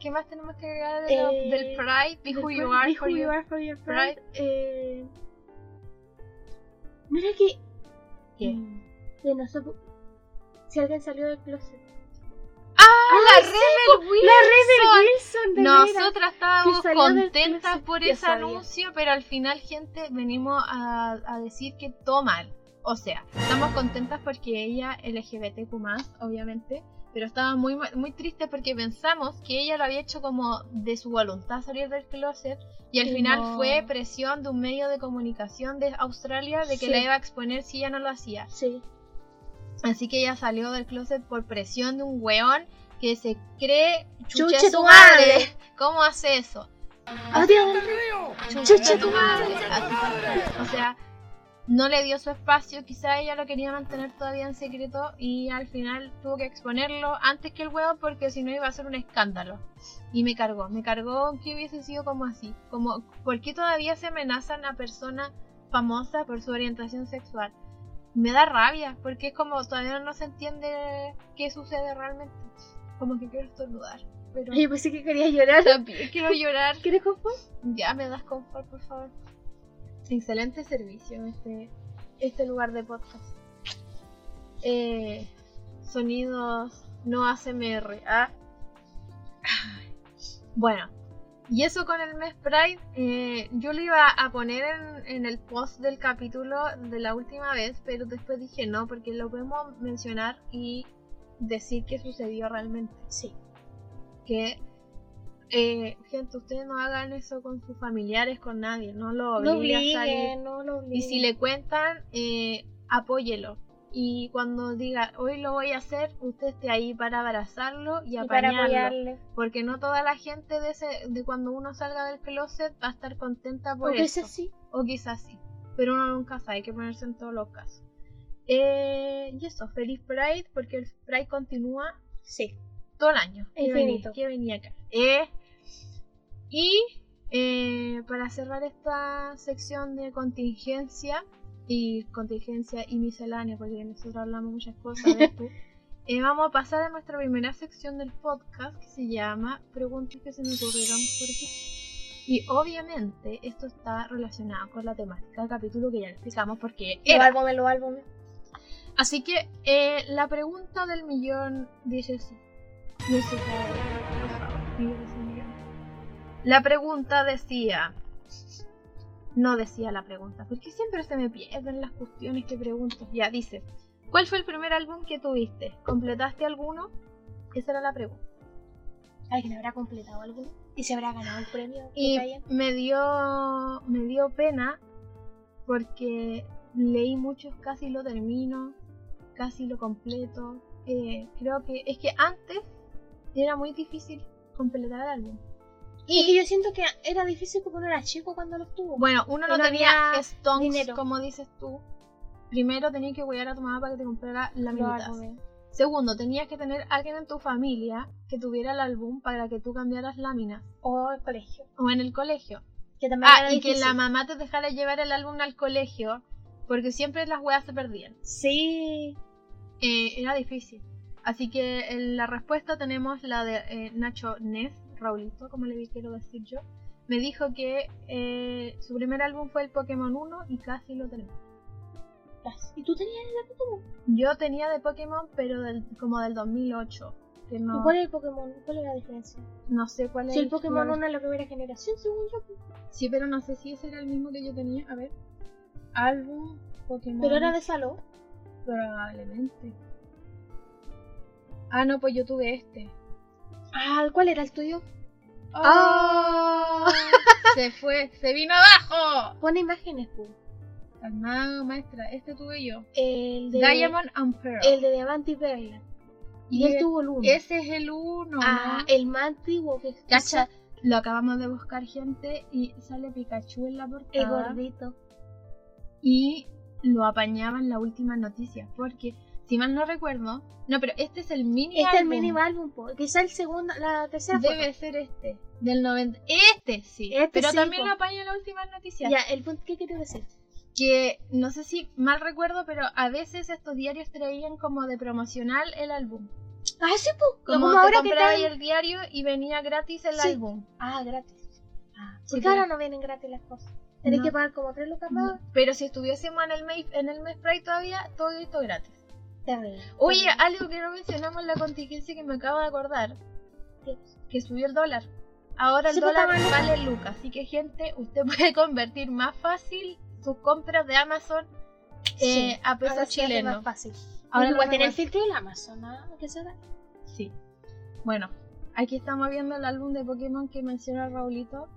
A: ¿qué más tenemos que agregar de lo-
B: Eh,
A: del Pride? Be who you
B: Be
A: are,
B: who
A: for
B: you
A: you.
B: are for your pride. Eh, mira que.
A: ¿Qué?
B: Mm, De nosotros. Si alguien salió del closet.
A: ¡Ah, la
B: sí,
A: Rebel Wilson!
B: La Rebel Wilson de veras.
A: Nosotras estábamos
B: que salió del
A: contentas
B: closet,
A: por
B: yo
A: ese
B: sabía.
A: anuncio, pero al final, gente, venimos a, a decir que todo mal. O sea, estamos contentas porque ella, LGBTQ, obviamente, pero estaba muy, ma- muy triste porque pensamos que ella lo había hecho como de su voluntad salir del closet y al
B: Y
A: final
B: no.
A: fue presión de un medio de comunicación de Australia de que
B: Sí.
A: la iba a exponer si ella no lo hacía.
B: Sí.
A: Así que ella salió del closet por presión de un weón que se cree chuche,
B: Chuche
A: tu
B: tu
A: madre.
B: madre.
A: ¿Cómo hace eso?
B: Adiós.
A: Chucha tu madre. O sea, no le dio su espacio, quizá ella lo quería mantener todavía en secreto y al final tuvo que exponerlo antes que el huevo porque si no iba a ser un escándalo. Y me cargó, me cargó que hubiese sido como así, como ¿por qué todavía se amenazan a personas famosas por su orientación sexual? Me da rabia porque es como todavía no se entiende qué sucede realmente. Como que quiero estornudar, pero
B: Yo pensé pues que quería llorar.
A: también quiero llorar.
B: ¿Quieres confort?
A: Ya me das confort, por favor. Excelente servicio este, este lugar de podcast. Eh, sonidos no ASMR. ¿ah? Bueno, y eso con el mes Pride. eh, yo lo iba a poner en, en el post del capítulo de la última vez, pero después dije no, porque lo podemos mencionar y decir qué sucedió realmente
B: Sí.
A: que eh, gente, ustedes no hagan eso con sus familiares, con nadie, no lo
B: No
A: obliguen a salir.
B: obliguen, no lo obliguen.
A: Y si le cuentan, eh, apóyelo. Y cuando diga, hoy lo voy a hacer, usted esté ahí para abrazarlo y
B: Y para
A: apañarlo.
B: apoyarle.
A: porque no toda la gente de, ese- de cuando uno salga del closet va a estar contenta por
B: Porque es
A: eso.
B: así.
A: O quizás sí. Pero uno nunca sabe, hay que ponerse en todos los casos. Eh, y eso, feliz Pride, porque el Pride continúa
B: Sí.
A: todo el año. que
B: Infinito.
A: venía- Que venía acá. Eh, y eh, para cerrar esta sección de contingencia, y contingencia y miscelánea, porque nosotros hablamos muchas cosas de esto, eh, vamos a pasar a nuestra primera sección del podcast que se llama Preguntas que se me ocurrieron por aquí. Y obviamente esto está relacionado con la temática del capítulo que ya le explicamos porque
B: Los
A: era
B: álbumes, los álbumes.
A: Así que eh, la pregunta del millón dice así. No sé, por favor, diga ese millón. La pregunta decía. No decía la pregunta, porque siempre se me pierden las cuestiones que pregunto. Ya, dice: ¿Cuál fue el primer álbum que tuviste? ¿Completaste alguno? Esa era la pregunta.
B: Alguien habrá completado alguno. Y se habrá ganado el premio. que
A: Y
B: traigan.
A: me dio, me dio pena porque leí muchos, casi lo termino, casi lo completo. Eh, creo que es que antes era muy difícil completar el álbum.
B: Y que yo siento que era difícil porque uno era chico cuando lo tuvo.
A: Bueno, uno no
B: No
A: tenía
B: había
A: stonks,
B: dinero.
A: como dices tú. Primero tenías que cuidar a tu mamá para que te comprara la
B: Los
A: mitad.
B: álbumes.
A: Segundo, tenías que tener alguien en tu familia que tuviera el álbum para que tú cambiaras láminas.
B: O el colegio.
A: O en el colegio.
B: Que también
A: Ah,
B: era
A: y que
B: difícil.
A: la mamá te dejara llevar el álbum al colegio, porque siempre las weas se perdían.
B: Sí.
A: Eh, era difícil. Así que en la respuesta tenemos la de eh, Nacho Nez, Raulito, como le quiero decir yo. Me dijo que eh, su primer álbum fue el Pokémon 1 y casi lo tenemos.
B: ¿Y tú tenías el álbum?
A: Yo tenía de Pokémon, pero del- como del 2008. porque no,
B: ¿Y cuál es el Pokémon? ¿Cuál es la diferencia?
A: no sé cuál es.
B: Si el Pokémon
A: la-
B: 1 es la primera generación, según yo. pues.
A: Sí, pero no sé si ese era el mismo que yo tenía. A ver. Álbum, Pokémon.
B: Pero era de Saló.
A: Probablemente. Ah, no, pues yo tuve este.
B: Ah, ¿cuál era el tuyo?
A: ¡Ah! Se fue, se vino abajo.
B: Pone imágenes, pu.
A: Calmado, maestra. Este tuve yo.
B: El de,
A: Diamond and Pearl.
B: el de Diamante y Perla. Y él
A: e-
B: tuvo el 1.
A: ese es el uno.
B: Ah,
A: ¿no?
B: el más antiguo que es
A: Cacha, lo acabamos de buscar, gente, y sale Pikachu en la
B: el
A: portada.
B: gordito.
A: y lo apañaban la última noticia, porque si mal no recuerdo, no, pero este es el mini
B: Este es el
A: álbum.
B: mini álbum, po. Quizá el segundo, la tercera foto.
A: Debe ser este, del 90. Este sí,
B: Este
A: pero
B: sí,
A: también
B: po.
A: lo apaña la última noticia.
B: Ya, el punto que quiero decir.
A: Que no sé si mal recuerdo, pero a veces estos diarios traían como de promocional el álbum.
B: Ah, sí, po.
A: Como,
B: Como,
A: te
B: ahora que
A: comprabas
B: traen-
A: el diario y venía gratis el
B: Sí.
A: álbum.
B: Ah, gratis.
A: Ah,
B: Porque ahora no vienen gratis las cosas. Tenés
A: No.
B: que pagar como tres lucas más.
A: Pero si estuviésemos en el May, en el May Pride todavía, todo esto gratis.
B: Te arreglo.
A: Oye,
B: Te arreglo.
A: algo que no mencionamos en la contingencia que me acabo de acordar,
B: ¿Qué?
A: que subió el dólar. Ahora el
B: Sí, pues,
A: dólar
B: está más
A: vale lucas, así que gente, usted puede convertir más fácil sus compras de Amazon eh,
B: Sí,
A: a peso
B: ahora sí hace
A: chileno.
B: más fácil.
A: Ahora
B: Ahora
A: lo
B: igual
A: vemos
B: tener el
A: así.
B: filtro del Amazon, ¿ah? ¿Qué será?
A: Sí. Bueno, aquí estamos viendo el álbum de Pokémon que menciona Raulito.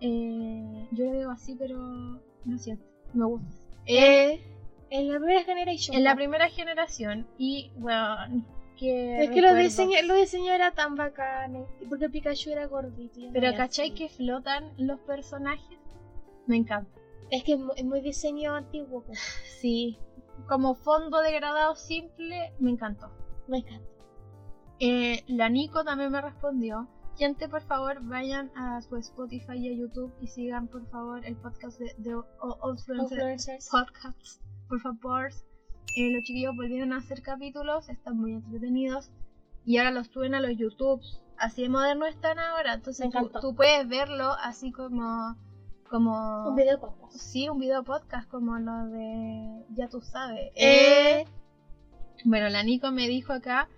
A: Eh, yo lo veo así, pero no siento, me gusta. Eh,
B: En la primera generation.
A: en la
B: po.
A: primera generación y bueno, que
B: Es que los diseños, los diseños eran tan bacanes. Porque Pikachu era gordito. y
A: Pero
B: era
A: ¿cachai
B: así.
A: que flotan los personajes? Me encanta.
B: Es que es mu- es muy diseño antiguo. pues. po.
A: Sí. Como fondo degradado simple, me encantó.
B: Me encanta.
A: Eh, la Nico también me respondió. Gente, por favor, vayan a su Spotify y a YouTube y sigan, por favor, el podcast de, de O- O- Old Friends
B: Influencers.
A: Podcasts. Por favor, Eh, los chiquillos volvieron a hacer capítulos, están muy entretenidos. Y ahora los suben a los YouTubes. Así de modernos están ahora. Entonces
B: Me
A: tú,
B: encantó.
A: tú puedes verlo así como... como
B: Un video podcast.
A: Sí, un video podcast como lo de Ya tú sabes.
B: Eh.
A: Bueno, la Nico me dijo acá,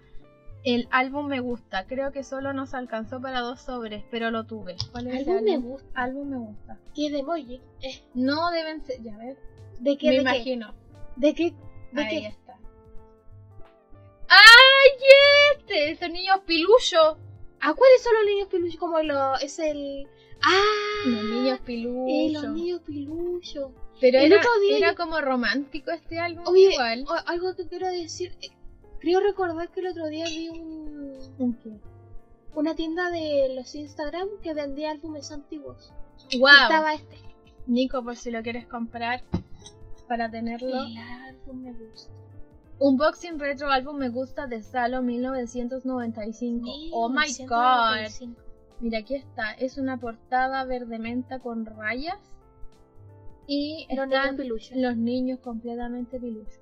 A: el álbum me gusta, creo que solo nos alcanzó para dos sobres, pero lo tuve. ¿Cuál es ese
B: Algo me gusta.
A: Álbum me gusta.
B: Y es de emoji. Eh,
A: No deben ser, ya ver,
B: ¿De qué?
A: me
B: de qué?
A: imagino.
B: ¿De qué? ¿De
A: Ahí
B: qué?
A: está. ¡Ay, este! Estos niños pilullos.
B: ¿A cuáles son los niños piluchos? Como lo, es el... ¡Ah!
A: Los niños
B: Eh,
A: pilullos.
B: los niños piluchos.
A: Pero
B: El
A: era,
B: otro día
A: era
B: yo-
A: como romántico este álbum
B: Oye,
A: igual.
B: O- algo que quiero decir. eh, Creo recordar que el otro día vi un, una tienda de los Instagram que vendía álbumes antiguos.
A: Wow.
B: Y Estaba este.
A: Nico, por si lo quieres comprar para tenerlo.
B: El álbum me gusta.
A: Unboxing Retro Álbum Me Gusta de Salo 1995. Oh my god.
B: 1995.
A: Mira, aquí está. Es una portada verde menta con rayas. Y
B: Los niños
A: están
B: piluchos.
A: los niños completamente piluchos.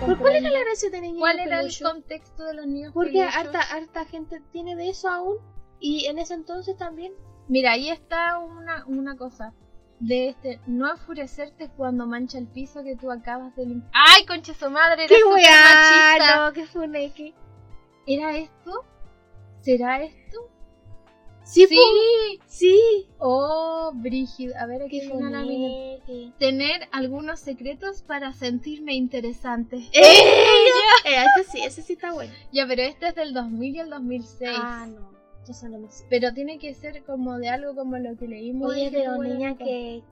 B: ¿Por cuál era la gracia de niños
A: ¿Cuál era el
B: piluchos?
A: contexto de los niños
B: Porque
A: piluchos?
B: harta, harta gente tiene de eso aún. Y en ese entonces también.
A: Mira, ahí está una, una cosa. De este, no enfurecerte cuando mancha el piso que tú acabas de limpiar. ¡Ay, concha su madre! eres súper
B: weá!
A: machista!
B: No, qué funeque.
A: ¿Era esto? ¿Será esto?
B: Sí, pu- sí.
A: Oh, Brígida. A ver, aquí
B: Qué
A: hay una lámina.
B: funeque.
A: Tener algunos secretos para sentirme interesante.
B: ¡Eh! ¡Ella! Eh, ese sí, ese sí está bueno.
A: Ya, pero este es del 2000 y el 2006.
B: Ah, no. Eso no me sé.
A: Pero tiene que ser como de algo como lo que leímos.
B: Oye,
A: y que
B: pero
A: tuvo la
B: niña,
A: Nico.
B: que.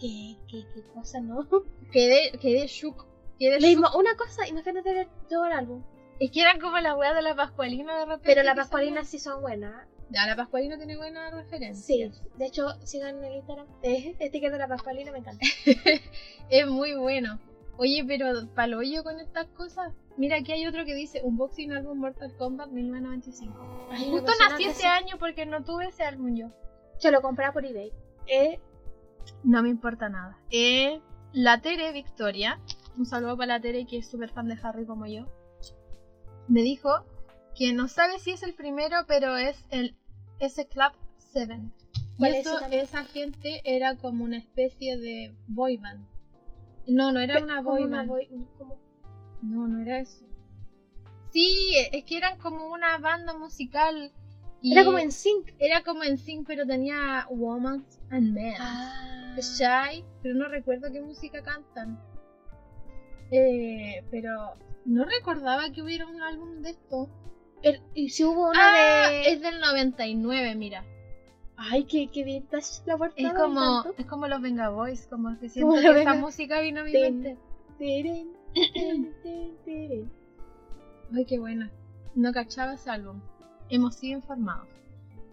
B: que. que. que cosa, ¿no?
A: Quedé, quedé shook. Quedé
B: Le
A: shook.
B: digo, una cosa, imagínate ver todo el álbum.
A: Es que eran como las weas de la Pascualina de repente.
B: Pero las
A: que
B: pascualinas sí son buenas.
A: salían. Ya, la Pascualina tiene buena referencia.
B: Sí. De hecho, sigan el Instagram. Eh, este que es de la pascualina me encanta.
A: Es muy bueno. Oye, pero paloyo con estas cosas. Mira, aquí hay otro que dice Unboxing álbum Mortal Kombat 1995.
B: Ay,
A: Justo
B: me
A: nací
B: emociona
A: ese
B: que
A: año porque no tuve ese álbum yo.
B: sí. Yo lo compraba por eBay. Eh,
A: No me importa nada. Eh, la Tere Victoria, un saludo para la Tere que es súper fan de Harry como yo, me dijo que no sabe si es el primero, pero es el S Club 7. Y
B: ¿Cuál es
A: eso,
B: ese también?
A: esa gente era como una especie de boy band. No, no era una
B: como
A: boy
B: una
A: band.
B: boy- como-
A: No, no era eso. Sí, es que eran como una banda musical. y
B: Era como en sync.
A: era como en sync, pero tenía Woman and Men.
B: Ah,
A: Shy, pero no recuerdo qué música cantan. Eh, pero no recordaba que hubiera un álbum de esto.
B: el- y si hubo una
A: Ah,
B: de.
A: es del 99, mira.
B: Ay, que, que vintage la portada.
A: Es
B: me
A: como,
B: encantó.
A: es como los Venga Boys, como que siento
B: los
A: que esta
B: Venga-
A: música vino a mi
B: Tin,
A: mente.
B: tirin, tin, tin, tirin.
A: Ay, qué buena. No cachaba ese álbum. Hemos sido informados.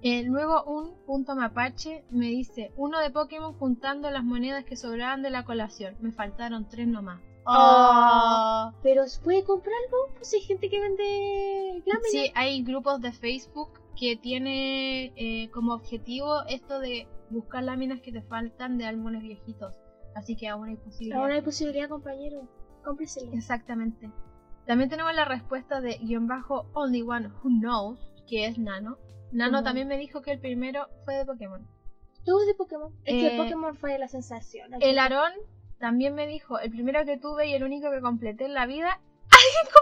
A: Eh, luego un punto mapache me dice, uno de Pokémon juntando las monedas que sobraban de la colación. Me faltaron tres nomás.
B: Ah. Pero se puede comprar algo, pues hay gente que vende láminas.
A: Sí, hay grupos de Facebook que tiene eh, como objetivo esto de buscar láminas que te faltan de álbumes viejitos. Así que aún hay posibilidad.
B: Ahora hay posibilidad, compañero. Cómpreselo.
A: Exactamente. También tenemos la respuesta de guión bajo Only One Who Knows, que es Nano. Nano
B: Ujú.
A: también me dijo que el primero fue de Pokémon.
B: Todo de Pokémon. Es
A: Eh,
B: que Pokémon fue la sensación.
A: El Aarón también me dijo, el primero que tuve y el único que completé en la vida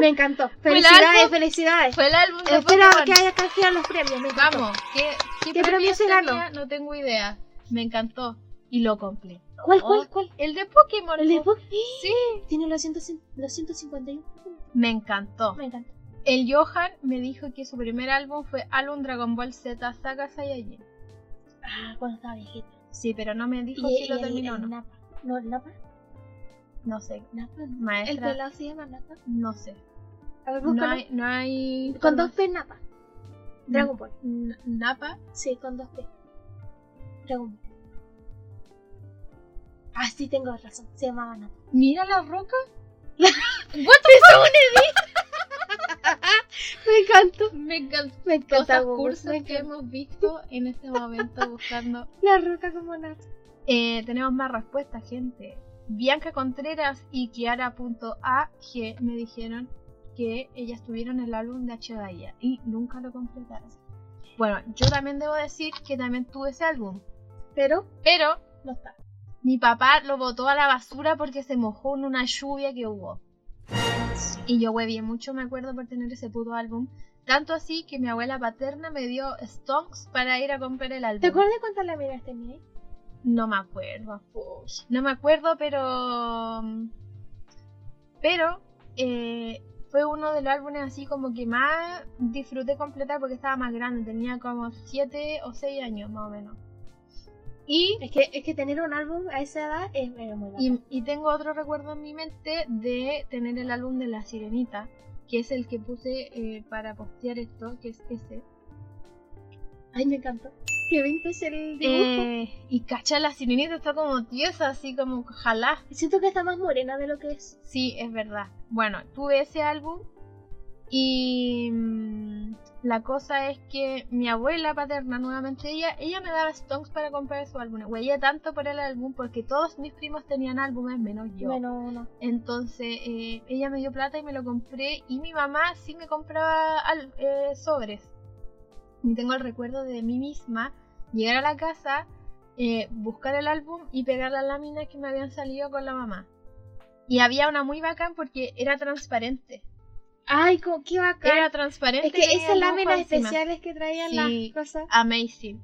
B: Me encantó.
A: el
B: Felicidades,
A: álbum.
B: felicidades.
A: fue el álbum de
B: Espero
A: Pokémon.
B: que haya canjeado los premios. Me encantó.
A: Vamos, ¿qué, qué,
B: ¿Qué
A: premio
B: premio se ganó?
A: No tengo idea. Me encantó. Y lo completé.
B: ¿Cuál, cuál, cuál?
A: El de Pokémon.
B: El de
A: po-
B: Pokémon.
A: Oh. Sí.
B: Tiene los, 100 los 151 Pokémon.
A: Me encantó.
B: Oh, Me encantó.
A: El Johan me dijo que su primer álbum fue álbum Dragon Ball Z Saga Saiyajin.
B: Ah, cuando estaba viejita.
A: Sí, pero no me dijo si lo
B: el-
A: terminó o
B: el
A: no.
B: Napa. No, el Napa.
A: No sé,
B: Napa, no. El
A: maestra.
B: pelado se llama Napa.
A: No sé.
B: A ver,
A: No
B: búscalo.
A: hay, no hay.
B: Con dos P, Napa. Dragon Ball.
A: N- Napa.
B: Sí, con dos P. Dragon Ball. Ah, sí, tengo razón. Se llamaba Napa.
A: Mira la roca.
B: Me encantó.
A: Me encantó.
B: Me
A: Todos
B: encanta
A: los
B: Google,
A: cursos
B: me
A: que
B: encanta.
A: hemos visto en este momento buscando.
B: La roca como Napa.
A: Eh, tenemos más respuestas, gente. Bianca Contreras y Kiara.ag me dijeron que ellas tuvieron el álbum de H. Bahía y nunca lo completaron. Bueno, yo también debo decir que también tuve ese álbum,
B: Pero
A: pero
B: no está.
A: mi papá lo botó a la basura porque se mojó en una lluvia que hubo. Y yo huevié mucho, me acuerdo, por tener ese puto álbum. Tanto así que mi abuela paterna me dio stonks para ir a comprar el álbum.
B: ¿Te acuerdas cuántas láminas tenía ahí?
A: No me acuerdo. No me acuerdo, pero. Pero eh, fue uno de los álbumes así como que más disfruté completar porque estaba más grande, tenía como 7 o 6 años más o menos. Y,
B: Es que, es que tener un álbum a esa edad es era muy bacán.
A: y, y tengo otro recuerdo en mi mente de tener el álbum de La Sirenita, que es el que puse eh, para postear esto, que es ese.
B: Ay, me encantó. Qué lindo es el dibujo.
A: Eh, y cacha, La Sirenita está como tiesa, así como ojalá.
B: Siento que está más morena de lo que es.
A: Sí, es verdad. Bueno, tuve ese álbum y mm, la cosa es que mi abuela paterna, nuevamente ella, ella me daba stonks para comprar su álbum. Huella tanto por el álbum porque todos mis primos tenían álbumes menos yo.
B: Menos uno.
A: Entonces eh, ella me dio plata y me lo compré y mi mamá sí me compraba al- eh, sobres. Y tengo el recuerdo de mí misma llegar a la casa, eh, buscar el álbum y pegar las láminas que me habían salido con la mamá. Y había una muy bacán porque era transparente.
B: Ay, co- qué bacán.
A: Era transparente.
B: es que
A: y tenía
B: esas
A: el dibujo
B: láminas
A: encima.
B: especiales que traían
A: Sí.
B: las cosas
A: Amazing.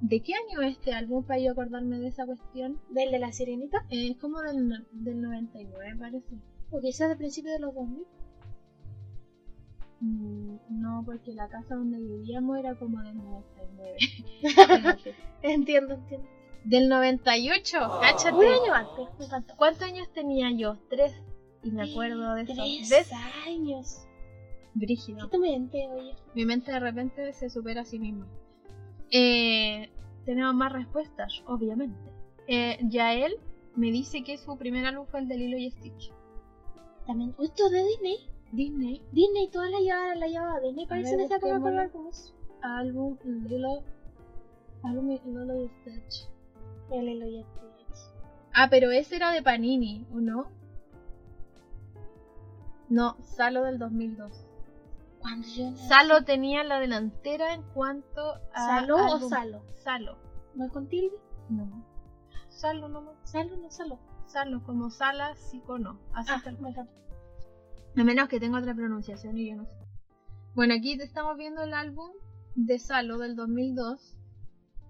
A: ¿De qué año es este álbum para yo acordarme de esa cuestión?
B: del de la sirenita,
A: Eh, Es como del, no- del 99, parece.
B: o quizás de principio de los 2000.
A: Mm, No, porque la casa donde vivíamos era como del 99.
B: Entiendo, entiendo.
A: del 98, cáchate.
B: Un año antes, me encantó.
A: ¿Cuántos años tenía yo? Tres. Y me acuerdo de eso.
B: Tres
A: ¿Ves?
B: años. ¿Qué
A: Brígido.
B: te mente, oye?
A: Mi mente de repente se supera a sí misma. Eh, tenemos más respuestas, obviamente. Eh, Yael me dice que su primer álbum fue el de Lilo y Stitch.
B: También, uy, esto es de Disney.
A: Disney,
B: Disney, toda la llevaba, la llevaba Disney, parece
A: ver,
B: que se acaba con
A: busquémoslo.
B: los álbumes.
A: álbum Lilo. Álbum Lilo y Stitch.
B: Ya le lo ya te-
A: Ah, pero ese era de Panini, ¿o no? No, Salo del 2002.
B: Cuando yo nací-
A: Salo tenía la delantera en cuanto a.
B: ¿Salo o
A: álbum.
B: Salo?
A: Salo.
B: ¿No es con tilde?
A: No. Salo nomás.
B: ¿Salo o no Salo?
A: Salo, como Sala, sí o no. Así
B: Ah,
A: tal
B: me
A: cual.
B: encanta.
A: A menos que tenga otra pronunciación y yo no sé. Bueno, aquí te estamos viendo el álbum de Salo del 2002.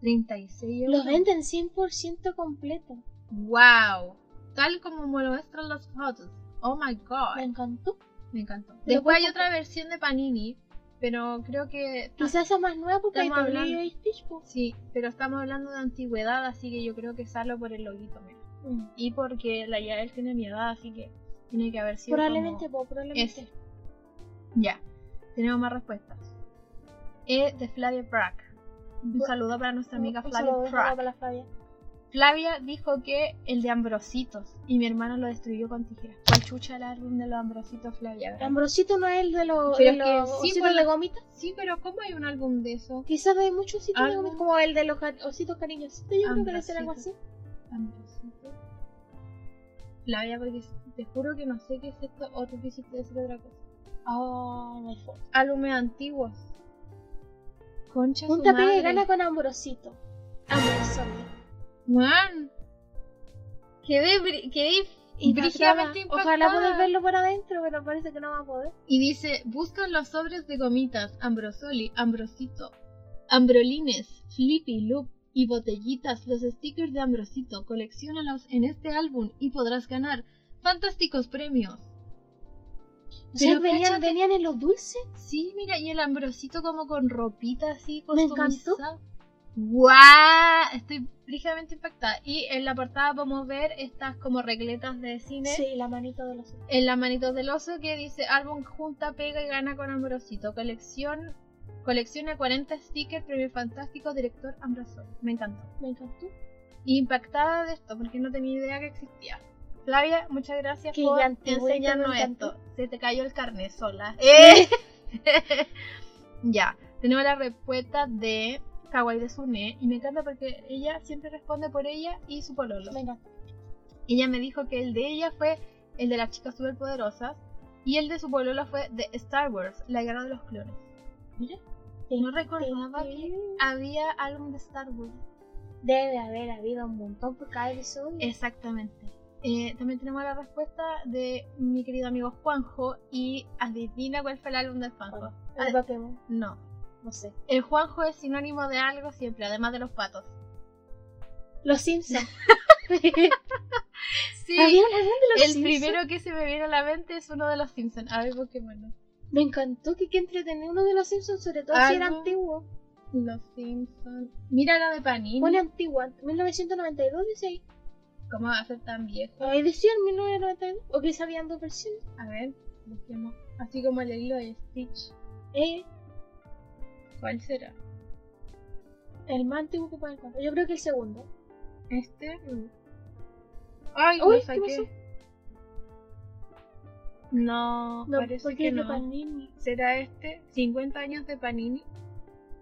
A: 36
B: Lo venden 100% completo.
A: ¡Wow! Tal como me lo muestran las fotos. ¡Oh my
B: Me
A: god!
B: encantó.
A: Me encantó.
B: Lo
A: Después
B: voy
A: hay
B: a
A: otra versión de Panini, pero creo que.
B: Quizás esa más nueva porque hay
A: Estamos
B: Tornillo
A: hablando-
B: y Stitch. pues. po.
A: Sí, pero estamos hablando de antigüedad, así que yo creo que Salo por el loguito. mira.
B: Mm.
A: Y porque la Yael tiene mi edad, así que tiene que haber sido.
B: Probablemente,
A: como-
B: po, probablemente.
A: Ese. Ya, tenemos más respuestas. E de Flavia Prack. Un
B: Bu-
A: saludo para nuestra
B: Un-
A: amiga
B: un
A: Flavia
B: saludo, un saludo
A: Prack.
B: para la Flavia.
A: Flavia dijo que el de Ambrositos y mi hermano lo destruyó con tijeras. ¿Cuál chucha el álbum de los Ambrositos, Flavia? ¿verdad?
B: Ambrosito no es el de los,
A: Pero
B: de
A: es que
B: los
A: sí,
B: ositos
A: por la-
B: de gomita.
A: Sí, pero ¿cómo hay un álbum de eso?
B: Quizás de muchos ositos de
A: Algo-
B: gomita, como el de los ga- ositos cariñositos. Yo creo que debe ser algo así.
A: Ambrosito. Ambrositos. Flavia, porque s- te juro que no sé qué es esto o tú quisiste decir otra cosa.
B: Ah,
A: Oh,
B: no hay forma.
A: Álbumes antiguos. Concha su
B: Punta
A: madre.
B: P gana con Ambrosito. Ambrosote.
A: Man. Quedé, bri- quedé
B: Y
A: brígidamente
B: Pastrana, Ojalá
A: impactada.
B: poder verlo por adentro, pero parece que no va a poder.
A: Y dice, buscan los sobres de gomitas, ambrosoli, ambrosito, ambrolines, flippy, loop y botellitas, los stickers de ambrosito, coleccionalos en este álbum y podrás ganar fantásticos premios.
B: O sea,
A: Pero
B: venían,
A: cáchate.
B: venían en los dulces.
A: Sí, mira, y el ambrosito como con ropita así,
B: Me encantó.
A: customizada. ¡Guau! Estoy ligeramente impactada. Y en la portada podemos ver estas como regletas de cine.
B: Sí, la manito de los ositos.
A: En la manito del oso que dice álbum junta, pega y gana con Ambrosito. Colección, colecciona 40 stickers, premio fantástico, director Ambrosoli. Me encantó.
B: Me encantó.
A: Impactada de esto porque no tenía idea que existía. Flavia, muchas gracias
B: Qué
A: por
B: antigüita, me
A: enseñarnos
B: encantó.
A: esto. Se te cayó el carnet sola. ¡Eh! ya, tenemos la respuesta de Kawaii de Sune y me encanta porque ella siempre responde por ella y su pololo.
B: Me encantó.
A: Ella me dijo que el de ella fue el de las chicas superpoderosas y el de su pololo fue de Star Wars, la guerra de los clones.
B: Mira.
A: No recordaba que
B: Tin, tin.
A: había álbum de Star Wars.
B: Ah, Debe haber habido un montón por cada episodio.
A: Exactamente. Eh, también tenemos la respuesta de mi querido amigo Juanjo y adivina cuál fue el álbum de Juanjo.
B: Bueno,
A: Ah,
B: el Pokémon,
A: no.
B: no sé.
A: El Juanjo es sinónimo de algo siempre, además de los patos.
B: Los Simpsons.
A: Sí.
B: Había un álbum de Ah, los
A: El
B: Simpsons.
A: primero que se me viene a la mente es uno de los Simpsons. A ver, Pokémon.
B: Me encantó que, que entretenido uno de los Simpsons, sobre todo si era
A: Algo.
B: antiguo.
A: Los Simpsons. Mira la de Panini.
B: Pone antiguo, 1992 dice ahí.
A: ¿Cómo va a ser tan viejo?
B: Ahí decía en 1992. O quizá habían dos versiones.
A: A ver, busquemos. Así como el hilo de Stitch.
B: Eh,
A: ¿Cuál será?
B: el más antiguo que pueden encontrar. Yo creo que el segundo.
A: ¿Este? ¡Ay,
B: Uy,
A: lo
B: ¿qué
A: saqué! No,
B: No,
A: parece
B: porque
A: que
B: es de
A: no.
B: Panini.
A: ¿Será este? ¿50 años de Panini?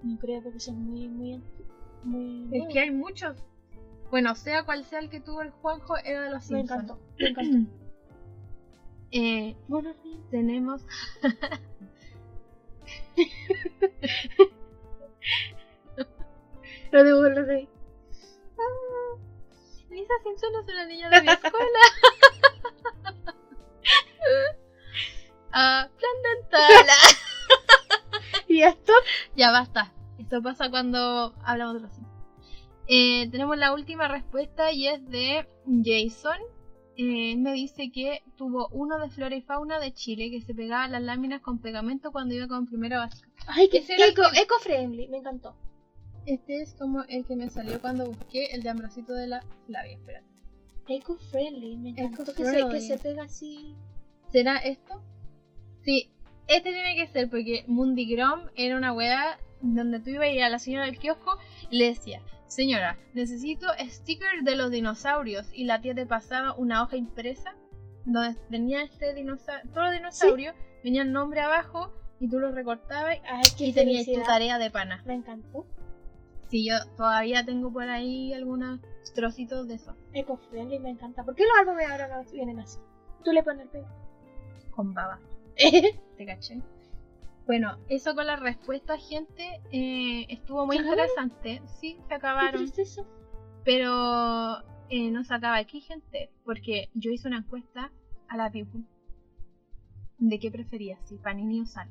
B: No creo porque son muy, muy, anti- muy.
A: Es que hay muchos. Bueno, sea cual sea el que tuvo el Juanjo, era de los
B: me
A: Simpsons.
B: encantó, me encantó.
A: Eh,
B: Bueno, sí.
A: tenemos...
B: Lo debo, lo debo.
A: Lisa Simpson es una niña de mi escuela. Ah, plan dental.
B: Y esto.
A: Ya basta. Esto pasa cuando hablamos de los Sims. Eh, tenemos la última respuesta y es de Jason. Eh, él me dice que tuvo uno de flora y fauna de Chile que se pegaba a las láminas con pegamento cuando iba con primero básico.
B: Ay, que
A: Ese era el
B: eco, eco friendly, me encantó.
A: Este es como el que me salió cuando busqué el de Ambrosito de la Flavia. Espera.
B: Eco friendly, me encantó. Que se,
A: Eco-friendly.
B: que se pega así.
A: ¿Será esto? Sí, este tiene que ser porque Mundi Grom era una wea donde tú ibas a ir a la señora del kiosco y le decía, señora, necesito sticker de los dinosaurios y la tía te pasaba una hoja impresa donde venía este dinosaurio, todos los dinosaurios, venía el nombre abajo y tú lo recortabas
B: Ay, qué
A: y tenías tu
B: felicidad.
A: tarea de pana.
B: Me encantó.
A: Sí, yo todavía tengo por ahí algunos trocitos de eso,
B: Eco friendly, me encanta. ¿Por qué los álbumes ahora no vienen así? Tú le pones el pego.
A: con baba. ¿Te caché? Bueno, eso con la respuesta, gente, eh, estuvo muy
B: ¿Se acabaron?
A: interesante. Sí, se
B: Qué
A: acabaron.
B: tristeza.
A: Pero eh, no se acaba aquí, gente, porque yo hice una encuesta a la people. de qué preferías, si Panini o Sal.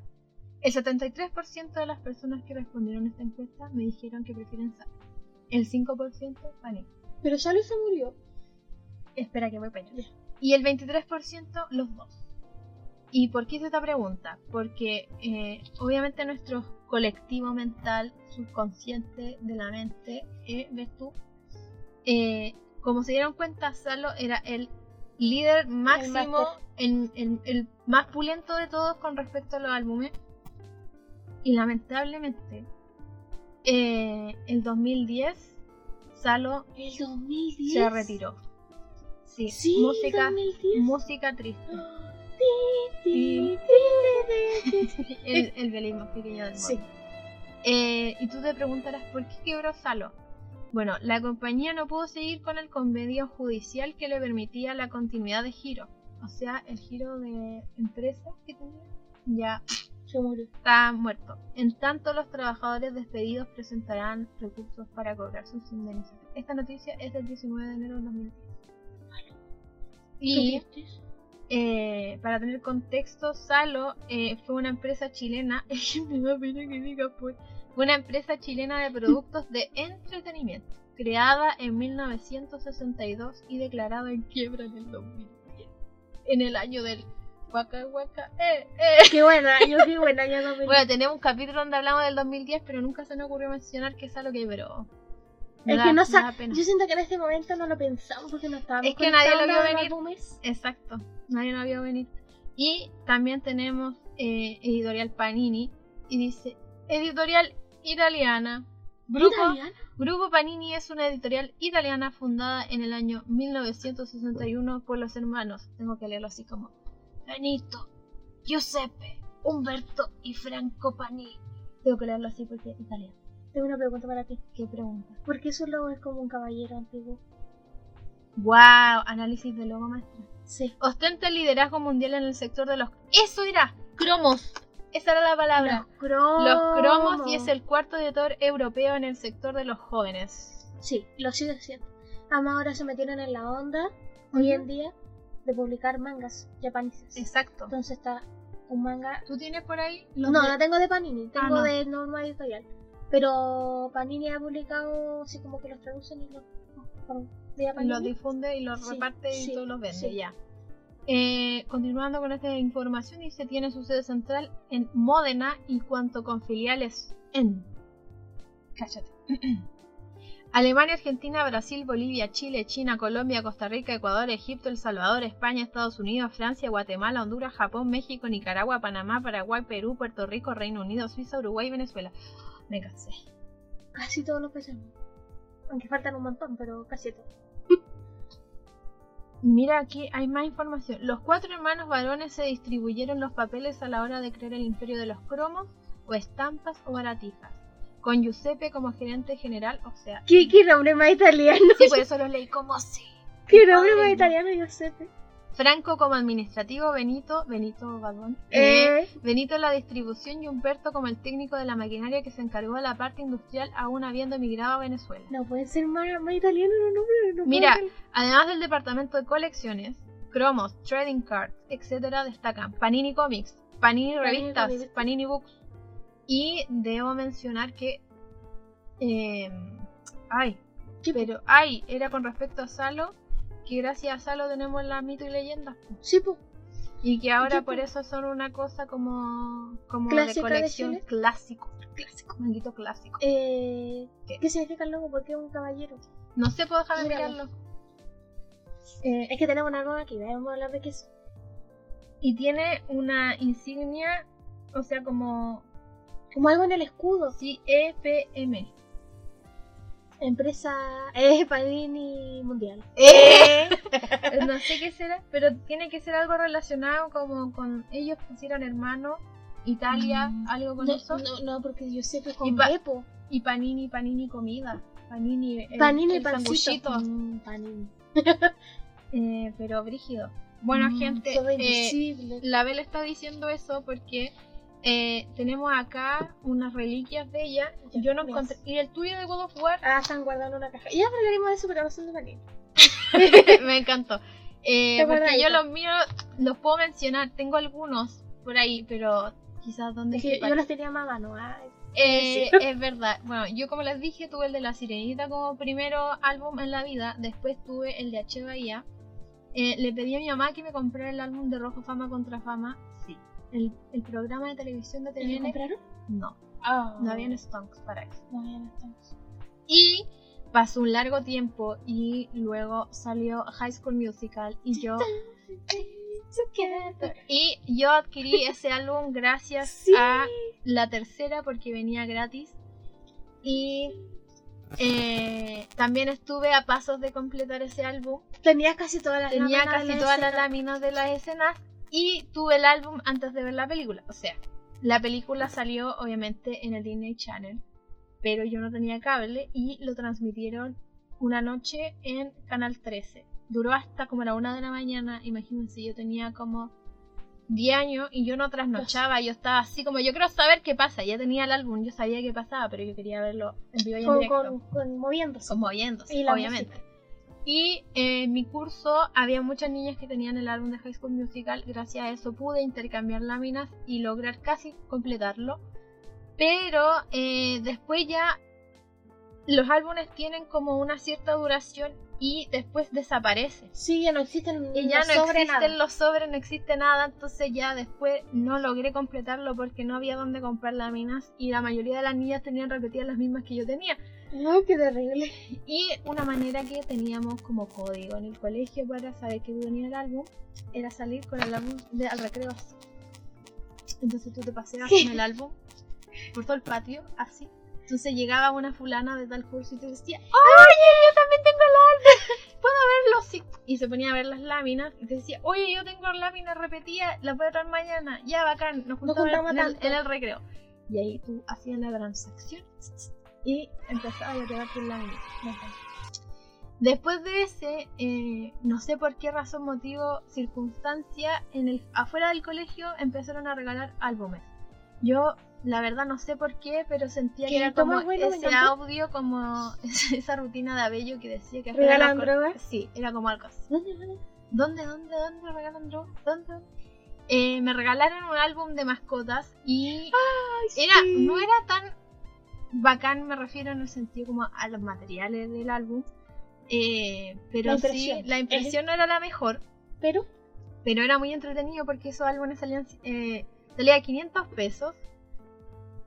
A: El 73% de las personas que respondieron a esta encuesta me dijeron que prefieren Sal. El 5% Panini.
B: Pero Salo se murió.
A: Espera que voy para allá.
B: Ya.
A: Y el 23% los dos. ¿Y por qué hice esta pregunta? Porque eh, obviamente nuestro colectivo mental, subconsciente de la mente, eh, ves tú, eh, como se dieron cuenta, Salo era el líder máximo, en- en- el, más pulento de todos con respecto a los álbumes. Y lamentablemente, eh, el 2010, Salo
B: El 2010.
A: se retiró. Sí,
B: Sí,
A: música,
B: 2010.
A: música triste.
B: Ti, ti, ti, ti, ti, ti.
A: El, el violín más pequeño del mundo.
B: Sí.
A: Eh, y tú te preguntarás por qué quebró Salo. Bueno, la compañía no pudo seguir con el convenio judicial que le permitía la continuidad de giro. O sea, el giro de empresa que tenía ya
B: Se murió.
A: está muerto. En tanto, los trabajadores despedidos presentarán recursos para cobrar sus indemnizaciones. Esta noticia es del 19 de enero de 2010. Y
B: Qué triste.
A: eh, para tener contexto, Salo eh, fue una empresa chilena, me da pena que diga, pues, fue una empresa chilena de productos de entretenimiento, creada en 1962 y declarada en quiebra en el 2010, en el año del Waka Waka. Eh, eh.
B: Qué buen año, qué buen año 2010.
A: Bueno, tenemos un capítulo donde hablamos del 2010, pero nunca se nos ocurrió mencionar que Salo quebró. Me
B: Es
A: da-
B: que no
A: me
B: sa-
A: da pena.
B: Yo siento que en este momento no lo pensamos porque no estábamos
A: Es que nadie lo
B: conectados
A: vio
B: a los
A: venir.
B: álbumes.
A: Exacto, nadie lo vio venir. Y también tenemos eh, Editorial Panini y dice Editorial Italiana. Grupo,
B: Italiano.
A: Grupo Panini es una editorial italiana fundada en el año 1961 por los hermanos. Tengo que leerlo así como Benito, Giuseppe, Umberto y Franco Panini. Tengo que leerlo así porque es italiano.
B: Tengo una pregunta para ti.
A: Qué pregunta.
B: ¿Por qué su logo es como un caballero antiguo?
A: Wow, análisis de logo maestro.
B: Sí.
A: ostenta el liderazgo mundial en el sector de los... Eso era, cromos. Esa era la palabra.
B: cromos.
A: Los cromos y es el cuarto editor europeo en el sector de los jóvenes.
B: Sí, lo sigue siendo. Además ahora se metieron en la onda, hoy en día, de publicar mangas japoneses.
A: Exacto.
B: Entonces está un manga...
A: ¿Tú tienes por ahí?
B: No,
A: los de-
B: no tengo de Panini, tengo
A: Ah, no.
B: de Norma Editorial. Pero Panini ha publicado, así como que los traducen y los... de Panini.
A: los difunde y los
B: Sí,
A: reparte y
B: sí,
A: todos los vende,
B: sí.
A: ya. Eh, continuando con esta información, dice tiene su sede central en Módena y cuanto con filiales en... Cállate. Alemania, Argentina, Brasil, Bolivia, Chile, China, Colombia, Costa Rica, Ecuador, Egipto, El Salvador, España, Estados Unidos, Francia, Guatemala, Honduras, Japón, México, Nicaragua, Panamá, Paraguay, Perú, Puerto Rico, Reino Unido, Suiza, Uruguay, Venezuela. Me cansé.
B: Casi todos los países. Aunque faltan un montón, pero casi todos.
A: Mira, aquí hay más información. Los cuatro hermanos varones se distribuyeron los papeles a la hora de crear el imperio de los cromos, o estampas o baratijas, con Giuseppe como gerente general, o sea...
B: ¿Qué, qué nombre más italiano?
A: Sí, por eso los leí como sí.
B: ¿Qué nombre más
A: Ay, no.
B: italiano, Giuseppe?
A: Franco como administrativo, Benito, Benito Badón,
B: Eh,
A: Benito en la distribución y Humberto como el técnico de la maquinaria que se encargó de la parte industrial aún habiendo emigrado a Venezuela.
B: No puede ser más, más italiano los nombres. No puede
A: Mira,
B: ser.
A: Además del departamento de colecciones, cromos, trading cards, etcétera, destacan Panini Comics, Panini Revistas,
B: Revistas.
A: Panini Books. Y debo mencionar que. eh, ay,
B: Sí,
A: pero. Ay, era con respecto a Salo, que gracias a Salo tenemos las mito y leyendas.
B: sí, pues. po.
A: Y que ahora
B: Sí,
A: por
B: po.
A: eso son una cosa como. como de
B: Clásica de
A: colección
B: Chile.
A: clásico. Clásico. Manguito clásico.
B: Eh,
A: ¿Qué?
B: ¿Qué? significa el logo? Porque es un caballero.
A: No sé, puedo dejar de
B: Míralo.
A: mirarlo.
B: Eh, es que tenemos una nueva aquí, vamos a hablar de qué es.
A: Y tiene una insignia, o sea, como
B: Como algo en el escudo.
A: Sí, E EPM.
B: Empresa eh, Panini Mundial.
A: Eh, No sé qué será, pero tiene que ser algo relacionado como con ellos pusieron hermano, Italia,
B: Mm.
A: algo con
B: no,
A: eso.
B: no, no, porque Giuseppe es
A: Y
B: con
A: pa-
B: Beppo.
A: Y panini, panini comida. Panini, eh, el-
B: Panini
A: el
B: pancito.
A: sanguchito.
B: Mm, panini.
A: Eh, pero brígido. Bueno,
B: Mm,
A: gente,
B: Todo
A: eh,
B: invisible.
A: la Bel está diciendo eso porque eh, tenemos acá unas reliquias de ella.
B: Ya,
A: Yo no
B: veas.
A: encontré. ¿Y el tuyo de God of War?
B: Ah, están guardando una caja. Ya hablaremos de eso, pero no son de Panini.
A: Me encantó. Eh,
B: Está
A: porque yo
B: guardadito.
A: los míos los puedo mencionar, tengo algunos por ahí, pero quizás donde...
B: Es que yo las tenía más a mano. ah,
A: Eh,
B: Sí.
A: es verdad. Bueno, yo como les dije, tuve el de La Sirenita como primero álbum en la vida. Después tuve el de H. Bahía. Eh, le pedí a mi mamá que me comprara el álbum de Rojo Fama contra Fama.
C: Sí.
A: El, el programa de televisión de
B: ¿Te lo
A: TVN.
B: compraron?
A: No,
B: Ah.
A: no habían stonks para eso.
B: No habían Stones.
A: Y pasó un largo tiempo y luego salió High School Musical y yo... Y yo adquirí ese álbum gracias
B: Sí.
A: a la tercera porque venía gratis. Y eh, también estuve a pasos de completar ese álbum.
B: Tenía casi todas las
A: Tenía
B: láminas de
A: casi
B: la
A: todas las
B: escena.
A: láminas de las escenas y tuve el álbum antes de ver la película. O sea, la película salió obviamente en el Disney Channel, pero yo no tenía cable y lo transmitieron una noche en Canal 13. Duró hasta como la una de la mañana, imagínense, yo tenía como 10 años y yo no trasnochaba, yo estaba así como, yo quiero saber qué pasa, ya tenía el álbum, yo sabía qué pasaba, pero yo quería verlo en vivo y en
B: Con,
A: directo
B: con, con moviéndose.
A: conmoviéndose,
B: Y la
A: obviamente. Y eh, en mi curso había muchas niñas que tenían el álbum de High School Musical, gracias a eso pude intercambiar láminas y lograr casi completarlo. Pero eh, después ya los álbumes tienen como una cierta duración y después desaparecen.
B: Sí, ya no existen.
A: Y ya no,
B: sobre
A: existen
B: nada.
A: los sobres, no existe nada, entonces ya después no logré completarlo porque no había dónde comprar láminas y la mayoría de las niñas tenían repetidas las mismas que yo tenía.
B: No, qué terrible.
A: Y una manera que teníamos como código en el colegio para saber que venía el álbum era salir con el álbum de, al recreo. así. Entonces tú te paseabas con el álbum por todo el patio, así. Entonces llegaba una fulana de tal curso y te decía, ¡Oye, yo también tengo el álbum! ¿Puedo verlo? Sí. Y se ponía a ver las láminas y te decía, oye, yo tengo láminas repetidas, las voy a traer mañana. Ya, bacán, nos juntamos,
B: juntamos
A: en, el-
B: tanto.
A: en el recreo. Y ahí tú hacías la transacción y empezabas a quedar con láminas. Después de ese, eh, no sé por qué razón, motivo, circunstancia, en el, afuera del colegio empezaron a regalar álbumes. Yo, la verdad, no sé por qué, pero sentía que
B: Que
A: era
B: toma
A: como
B: bueno, me
A: ese
B: encantó.
A: audio, como esa rutina de Abello que decía que afuera
B: ¿Regalan
A: los cor-
B: drogas?
A: Sí, era como algo así. ¿Dónde, dónde, dónde regalan drogas? ¿Dónde? Eh, me regalaron un álbum de mascotas y era, no era tan bacán, me refiero en el sentido como a los materiales del álbum, eh, pero
B: La
A: sí,
B: impresión.
A: la impresión no era la mejor,
B: Pero
A: pero era muy entretenido porque esos álbumes salían eh, salía a 500 pesos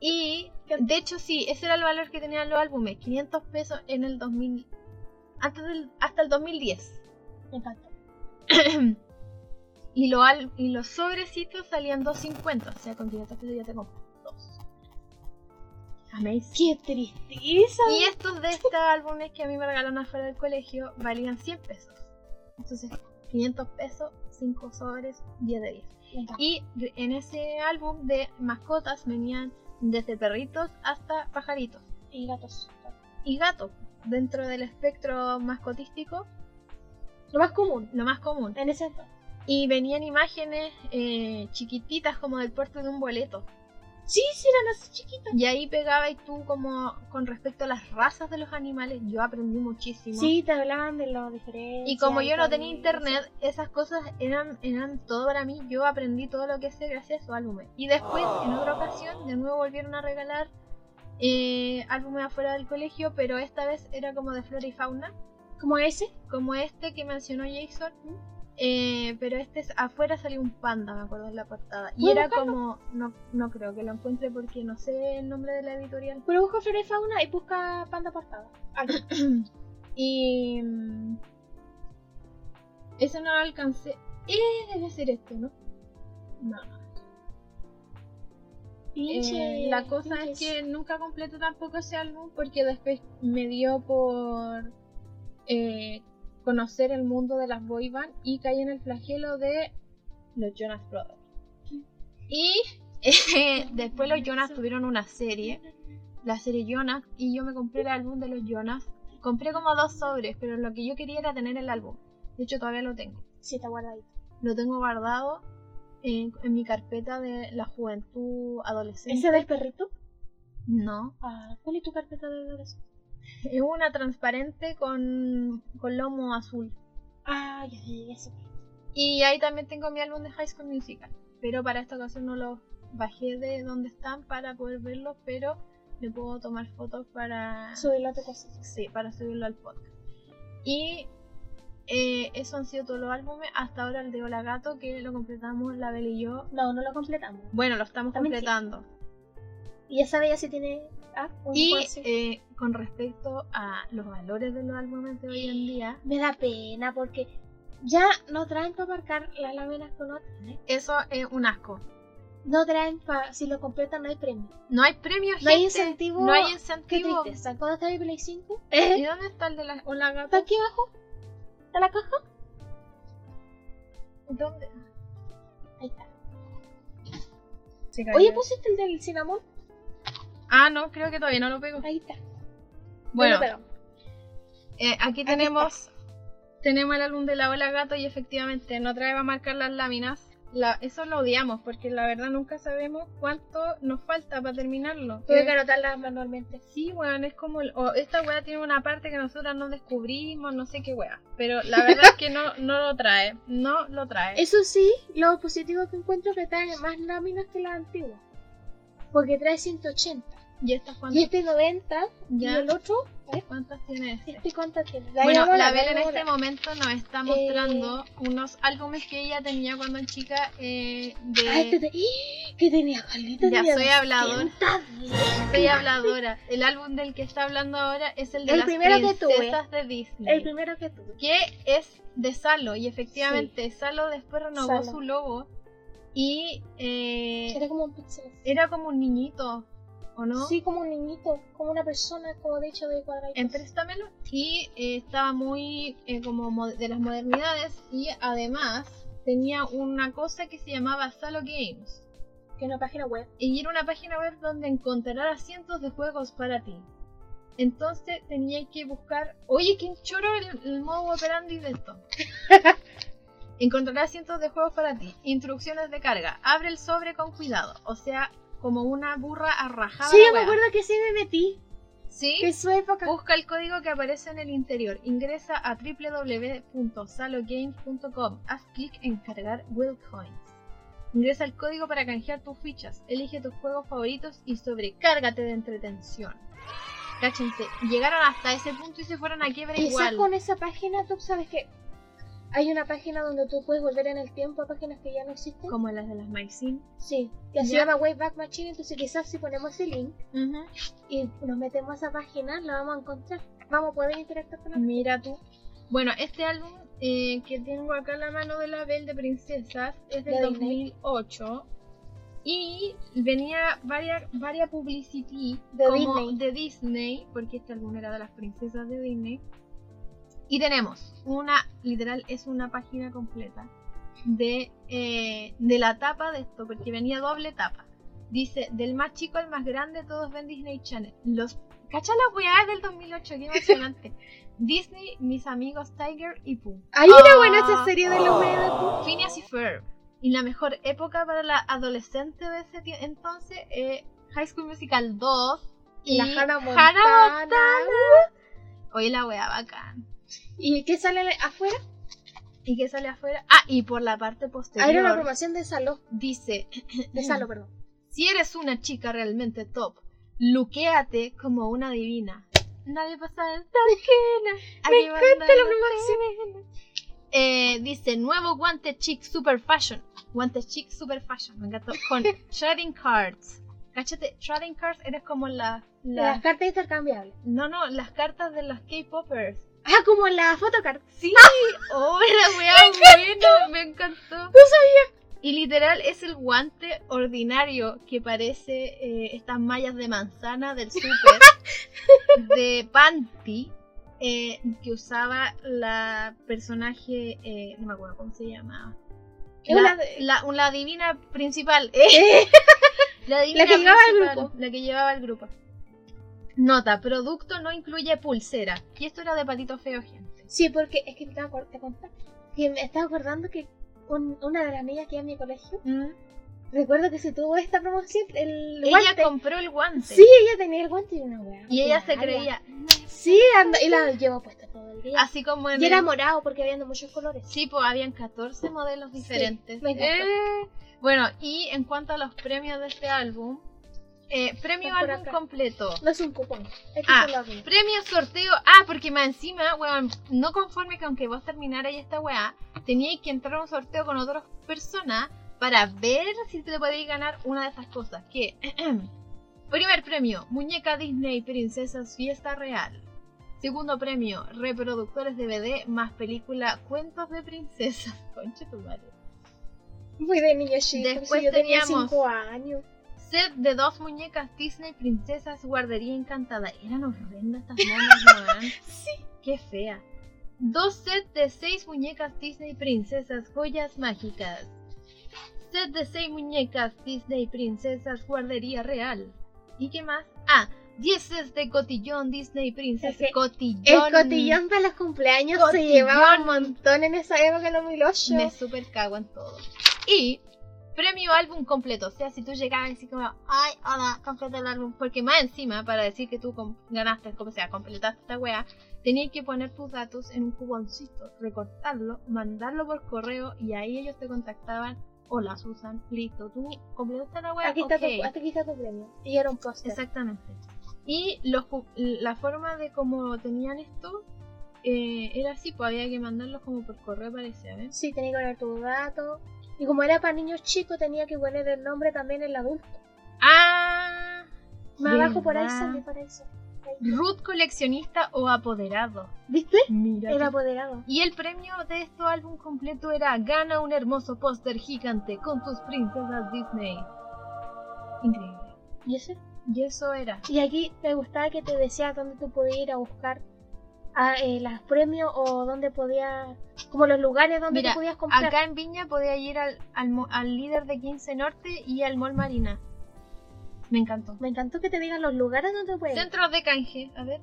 A: y de hecho sí, ese era el valor que tenían los álbumes, 500 pesos en el 2000, antes del- hasta el 2010.
B: me encanta.
A: y, lo al- y los sobrecitos salían 2.50, o sea, con 500 pesos ya te compras dos. Amazing.
B: Qué tristeza.
A: Y estos de estos álbumes que a mí me regalaron afuera del colegio valían 100 pesos. Entonces, 500 pesos, 5 sobres, 10 de 10.
B: Me encanta.
A: Y re- en ese álbum de mascotas venían desde perritos hasta pajaritos
B: Y gatos.
A: y gatos, dentro del espectro mascotístico,
B: Lo más común.
A: lo más común.
B: En ese entonces.
A: Y venían imágenes eh, chiquititas como del puerto de un boleto.
B: Sí, sí, eran así chiquitos.
A: Y ahí pegabas tú como con respecto a las razas de los animales, yo aprendí muchísimo.
B: Sí, te hablaban de los diferentes.
A: Y como yo no tenía internet, esas cosas eran, eran todo para mí. Yo aprendí todo lo que sé gracias a su álbumes. Y después, en otra ocasión, de nuevo volvieron a regalar eh, álbumes afuera del colegio, pero esta vez era como de flora y fauna,
B: Como ese.
A: como este que mencionó Jason. Eh, pero este es- afuera salió un panda, me acuerdo en la portada. Y
B: Voy a
A: era como, no, no creo que lo encuentre porque no sé el nombre de la editorial.
B: Pero busca flora y fauna y busca panda portada.
A: Y. mm, Eso no lo alcancé. Eh, debe ser esto, ¿no? Eh, la cosa es que nunca completé tampoco ese álbum porque después me dio por eh, conocer el mundo de las boy band y caí en el flagelo de los Jonas Brothers. Y eh, después los Jonas tuvieron una serie, la serie Jonas, y yo me compré el álbum de los Jonas. Compré como dos sobres, pero lo que yo quería era tener el álbum. De hecho, todavía lo tengo
B: Sí, está guardadito.
A: lo tengo guardado en, en mi carpeta de la juventud adolescente.
B: ¿Ese del perrito?
A: No,
B: Ah, ¿Cuál es tu carpeta de adolescente?
A: es una transparente con, con lomo azul.
B: Ah, ya, ya, ya sé.
A: Y ahí también tengo mi álbum de High School Musical. Pero para esta ocasión no los bajé de donde están para poder verlos, pero le puedo tomar fotos para...
B: Subirlo a tu casa.
A: Sí, para subirlo al podcast. Y eh, eso han sido todos los álbumes. Hasta ahora el de Hola Gato, que lo completamos la Bel y yo.
B: No, no lo completamos.
A: Bueno, lo estamos
B: También
A: completando.
B: Y esa bella sí tiene. Ah, un
A: Y
B: cuarzo.
A: eh, con respecto a los valores de los álbumes de hoy en día,
B: Me da pena porque ya no traen para marcar las láminas con otras. ¿eh?
A: eso es un asco.
B: No traen para. Si lo completan, no hay premio.
A: No hay premios,
B: No hay
A: gente.
B: incentivo.
A: No hay
B: Qué
A: incentivo. Eh.
B: tristeza. ¿Cuándo está mi Play 5?
A: ¿Y dónde está el de la Hola
B: ¿Está
A: Gato?
B: aquí abajo? ¿Está la caja?
A: ¿Dónde?
B: Ahí está.
A: Se
B: Oye, pues,
A: cayó.
B: pusiste el del cinnamon.
A: Ah, no, creo que todavía no lo pego.
B: Ahí está.
A: Bueno,
B: No lo pegamos.
A: eh, aquí tenemos tenemos el álbum de la Ola Gato y efectivamente no trae a marcar las láminas. La- eso lo odiamos porque la verdad nunca sabemos cuánto nos falta para terminarlo.
B: Tuve
A: Eh,
B: que anotarlas manualmente.
A: Sí, weón, es como. el- o esta weá tiene una parte que nosotras no descubrimos, no sé qué weá. Pero la verdad es que no, no lo trae. No lo trae.
B: Eso sí, lo positivo que encuentro es que trae más láminas que las antiguas. Porque trae 180.
A: ¿Y estas
B: Y
A: cuántas,
B: este 90.
A: Ya.
B: Y el otro, a ver,
A: cuántas tiene este?
B: este cuánto tiene.
A: Bueno,
B: veamos
A: la
B: ahora,
A: Bel en
B: veamos
A: este
B: ahora.
A: momento nos está mostrando
B: Eh.
A: unos álbumes que ella tenía cuando chica eh, de.
B: Ah, este te... ¡Ah! que tenía Carlita.
A: Ya
B: tenía
A: soy hablador.
B: 210.
A: Soy habladora. El álbum del que está hablando ahora es el de
B: El
A: las
B: primero que tuve.
A: princesas de Disney.
B: El primero que tuve.
A: que es de Salo. Y efectivamente, Salo después renovó
B: Salo.
A: su logo. Y eh,
B: Era como un pixel.
A: era como un niñito, ¿o no?
B: Sí, como un niñito, como una persona, como de hecho de cuadraditos.
A: Em, Empréstamelo. Y eh, estaba muy eh, como mo- de las modernidades. Y además tenía una cosa que se llamaba Salo Games.
B: Que en una página web.
A: y era una página web donde encontrarás cientos de juegos para ti. Entonces tenía que buscar, oye, ¿quién choro el, el modo operandi de esto? encontrarás cientos de juegos para ti, instrucciones de carga, abre el sobre con cuidado, o sea, como una burra arrajada.
B: Sí,
A: la
B: yo me
A: wea.
B: acuerdo que sí me metí.
A: ¿Sí?
B: Que en su época.
A: Busca el código que aparece en el interior. Ingresa a www.salogames.com. Haz clic en cargar Will Coins. Ingresa el código para canjear tus fichas. Elige tus juegos favoritos y sobrecárgate de entretención. Cáchense, llegaron hasta ese punto y se fueron a quiebra
B: Quizás
A: igual.
B: con esa página tú sabes que hay una página donde tú puedes volver en el tiempo a páginas que ya no existen.
A: Como las de las Maxim.
B: Sí, que se
A: Ya.
B: llama Wayback Machine. Entonces, quizás si ponemos ese link y nos metemos a esa página, la vamos a encontrar. Vamos a poder interactuar con la
A: Mira tú. Bueno, este álbum eh, que tengo acá en la mano de la Belle de Princesas es del
B: De Disney.
A: 2008 y venía varias varias publicity
B: De
A: como
B: Disney.
A: de Disney, porque este álbum era de las princesas de Disney. Y tenemos una, literal, es una página completa de, eh, de la tapa de esto, porque venía doble tapa. Dice, del más chico al más grande, todos ven Disney Channel. Los, cacha la weá del 2008, qué emocionante. Disney, mis amigos Tiger y Pooh.
B: Hay
A: una buena esa
B: serie de los medios.
A: Phineas y Ferb. Y la mejor época para la adolescente de ese tie- entonces, eh, High School Musical 2 y,
B: La Hannah Montana.
A: Montana. Oye, la wea bacán.
B: ¿Y qué sale afuera?
A: ¿Y qué sale afuera? Ah, y por la parte
B: Hay una
A: posterior
B: promoción de Saló.
A: dice,
B: De Saló, perdón.
A: si eres una chica realmente top, luquéate como una divina. Nadie pasa de esta esquina.
B: Me
A: Aquí
B: encanta
A: van
B: la
A: dando Eh, dice nuevo guante chic super fashion. Guante chic super fashion. Me encantó. Con trading cards. Cáchate, trading cards eres como la, la-
B: Las cartas intercambiables.
A: No, no, las cartas de los K-popers.
B: Ah, como la fotocard.
A: Sí, oh, la weá, bueno, me encantó. No sabía. Y literal es el guante ordinario que parece eh, estas mallas de manzana del súper de Panty eh, que usaba la personaje, eh, no me acuerdo cómo se llamaba.
B: Es
A: La,
B: una de-
A: la- la divina principal. eh, la, divina
B: que llevaba al
A: principal,
B: grupo.
A: La que llevaba el grupo. Nota, producto no incluye pulsera. Y esto era de patito feo, gente.
B: Sí, porque es que me estaba, acor- te contaba, que me estaba acordando que un- una de las amigas que iba a mi colegio,
A: Mm.
B: recuerdo que se tuvo esta promoción, el
A: Ella
B: guante.
A: compró el guante.
B: Sí, ella tenía el guante y una weá.
A: Y ella se
B: ordinaria.
A: creía.
B: Sí, ando- y la llevo puesta todo el sangría.
A: Así como en
B: Y era
A: el-
B: morado porque habían de muchos colores.
A: Sí, pues habían 14 modelos diferentes.
B: me encantó.
A: Eh, bueno, y en cuanto a los premios de este álbum, eh, premio
B: Están por
A: álbum
B: acá.
A: completo.
B: No es un cupón. Es que
A: Ah.
B: se lo abrí.
A: Premio sorteo. Ah, porque más encima, weón, no conforme con que vos terminarais esta weá, teníais que entrar a un sorteo con otras personas para ver si te podéis ganar una de esas cosas. Que. Primer premio, muñeca Disney Princesas Fiesta Real. Segundo premio, reproductores DVD más película Cuentos de Princesas. Conche tu madre.
B: Fui de niño chico.
A: Después
B: si yo tenía
A: teníamos-
B: 5 años.
A: Set de dos muñecas Disney Princesas Guardería Encantada. Eran horrendas estas monas, weón.
B: Sí.
A: Qué fea. Dos sets de seis muñecas Disney Princesas Joyas Mágicas. Set de seis muñecas Disney Princesas Guardería Real. ¿Y qué más? Ah, 10 sets de cotillón Disney Princesas.
B: Es que
A: cotillón.
B: El cotillón para los cumpleaños
A: Cotillón.
B: se llevaba un montón en esa época en 2008.
A: Me super cago en todo. Y premio álbum completo. O sea, si tú llegabas y decir como, ay, hola, completo el álbum. Porque más encima, para decir que tú com- ganaste, como sea, completaste esta wea, tenías que poner tus datos en un cuboncito, recortarlo, mandarlo por correo y ahí ellos te contactaban. Hola, Susan, listo, tú completaste la wea.
B: Aquí está,
A: ok".
B: tu, hasta aquí está tu premio. Y era un póster.
A: Exactamente. Y los, cu- la forma de cómo tenían esto eh, era así, pues había que mandarlos como por correo, parece, ¿ves?
B: Sí, tenía que poner tu dato. Y como era para niños chicos, tenía que poner el nombre también el adulto.
A: Ah,
B: Más abajo por ahí
A: ¿verdad?
B: sale, por ahí sale.
A: Ruth coleccionista o apoderado.
B: ¿Viste?
A: Mira.
B: Era apoderado.
A: Y el premio de este álbum completo era gana un hermoso póster gigante con tus princesas Disney. Increíble.
B: ¿Y ese?
A: Y eso era.
B: Y aquí me gustaba que te decía dónde tú podías ir a buscar a, eh, las premios o dónde podías, como los lugares donde
A: Mira,
B: tú podías comprar.
A: Acá en Viña podía ir al, al, mo- al líder de 15 Norte y al Mall Marina. Me encantó.
B: Me encantó que te digan los lugares donde puedes. ir.
A: Centros de canje, a ver.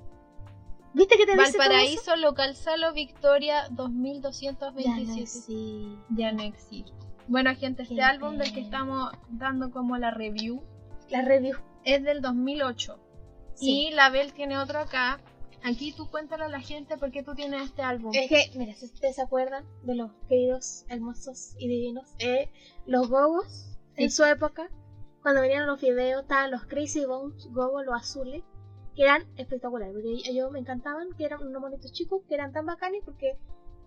B: ¿Viste que te dice todo eso?
A: Valparaíso, local Salo, Victoria,
B: Ya no
A: 2227.
B: existe.
A: ya no existe. Bueno, gente, este
B: Qué
A: álbum del
B: pena.
A: que estamos dando como la review
B: La review.
A: es del 2008.
B: Sí.
A: Y la Bel tiene otro acá. Aquí tú cuéntale a la gente por qué tú tienes este álbum.
B: Es que, mira, si ustedes se acuerdan de los queridos, hermosos y divinos, eh, los gobos, en su época, cuando venían los videos, estaban los Crazy Bones, gobos, los azules, que eran espectaculares, porque ellos me encantaban, que eran unos monitos chicos, que eran tan bacanes, porque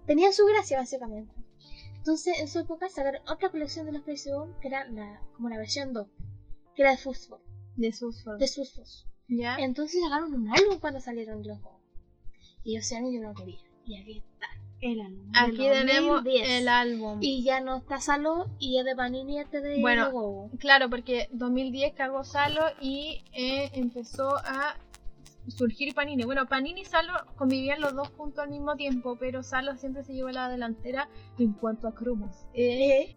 B: tenían su gracia, básicamente. Entonces, en su época, sacaron otra colección de los Crazy Bones, que era la, como la versión 2, que era de fútbol,
A: de sus formas.
B: de sus dos.
A: ¿Ya?
B: Entonces sacaron un álbum cuando salieron los juegos. Y yo sé, yo no quería. Y aquí está el álbum. del
A: Aquí tenemos
B: 2010.
A: el álbum.
B: Y ya no está Saló y es de Panini este de
A: Bueno.
B: los Gogos.
A: Claro, porque 2010 cagó Salo y eh, empezó a surgir Panini. Bueno, Panini y Salo convivían los dos juntos al mismo tiempo, pero Salo siempre se llevó la delantera en cuanto a cromos.
B: Eh,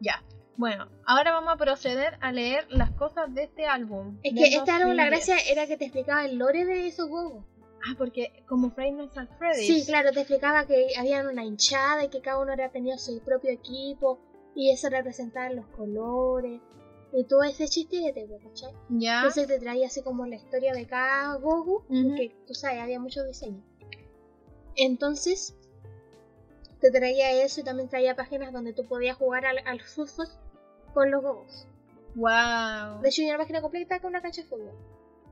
A: Ya. Bueno, ahora vamos a proceder a leer las cosas de este álbum.
B: es
A: del
B: que este álbum la
A: 2010.
B: gracia era que te explicaba el lore de esos Gogos.
A: Ah, porque como Friday Nights at Freddy's.
B: Sí, claro, te explicaba que había una hinchada y que cada uno había tenido su propio equipo y eso representaba los colores y todo ese chistete, ¿cachai?
A: Ya.
B: Entonces te traía así como la historia de cada Gogu,
A: Ujú.
B: porque tú sabes, había muchos diseños. Entonces, te traía eso y también traía páginas donde tú podías jugar al, al fútbol con los Gogus.
A: Wow.
B: De hecho, hay una página completa con una cancha de fútbol.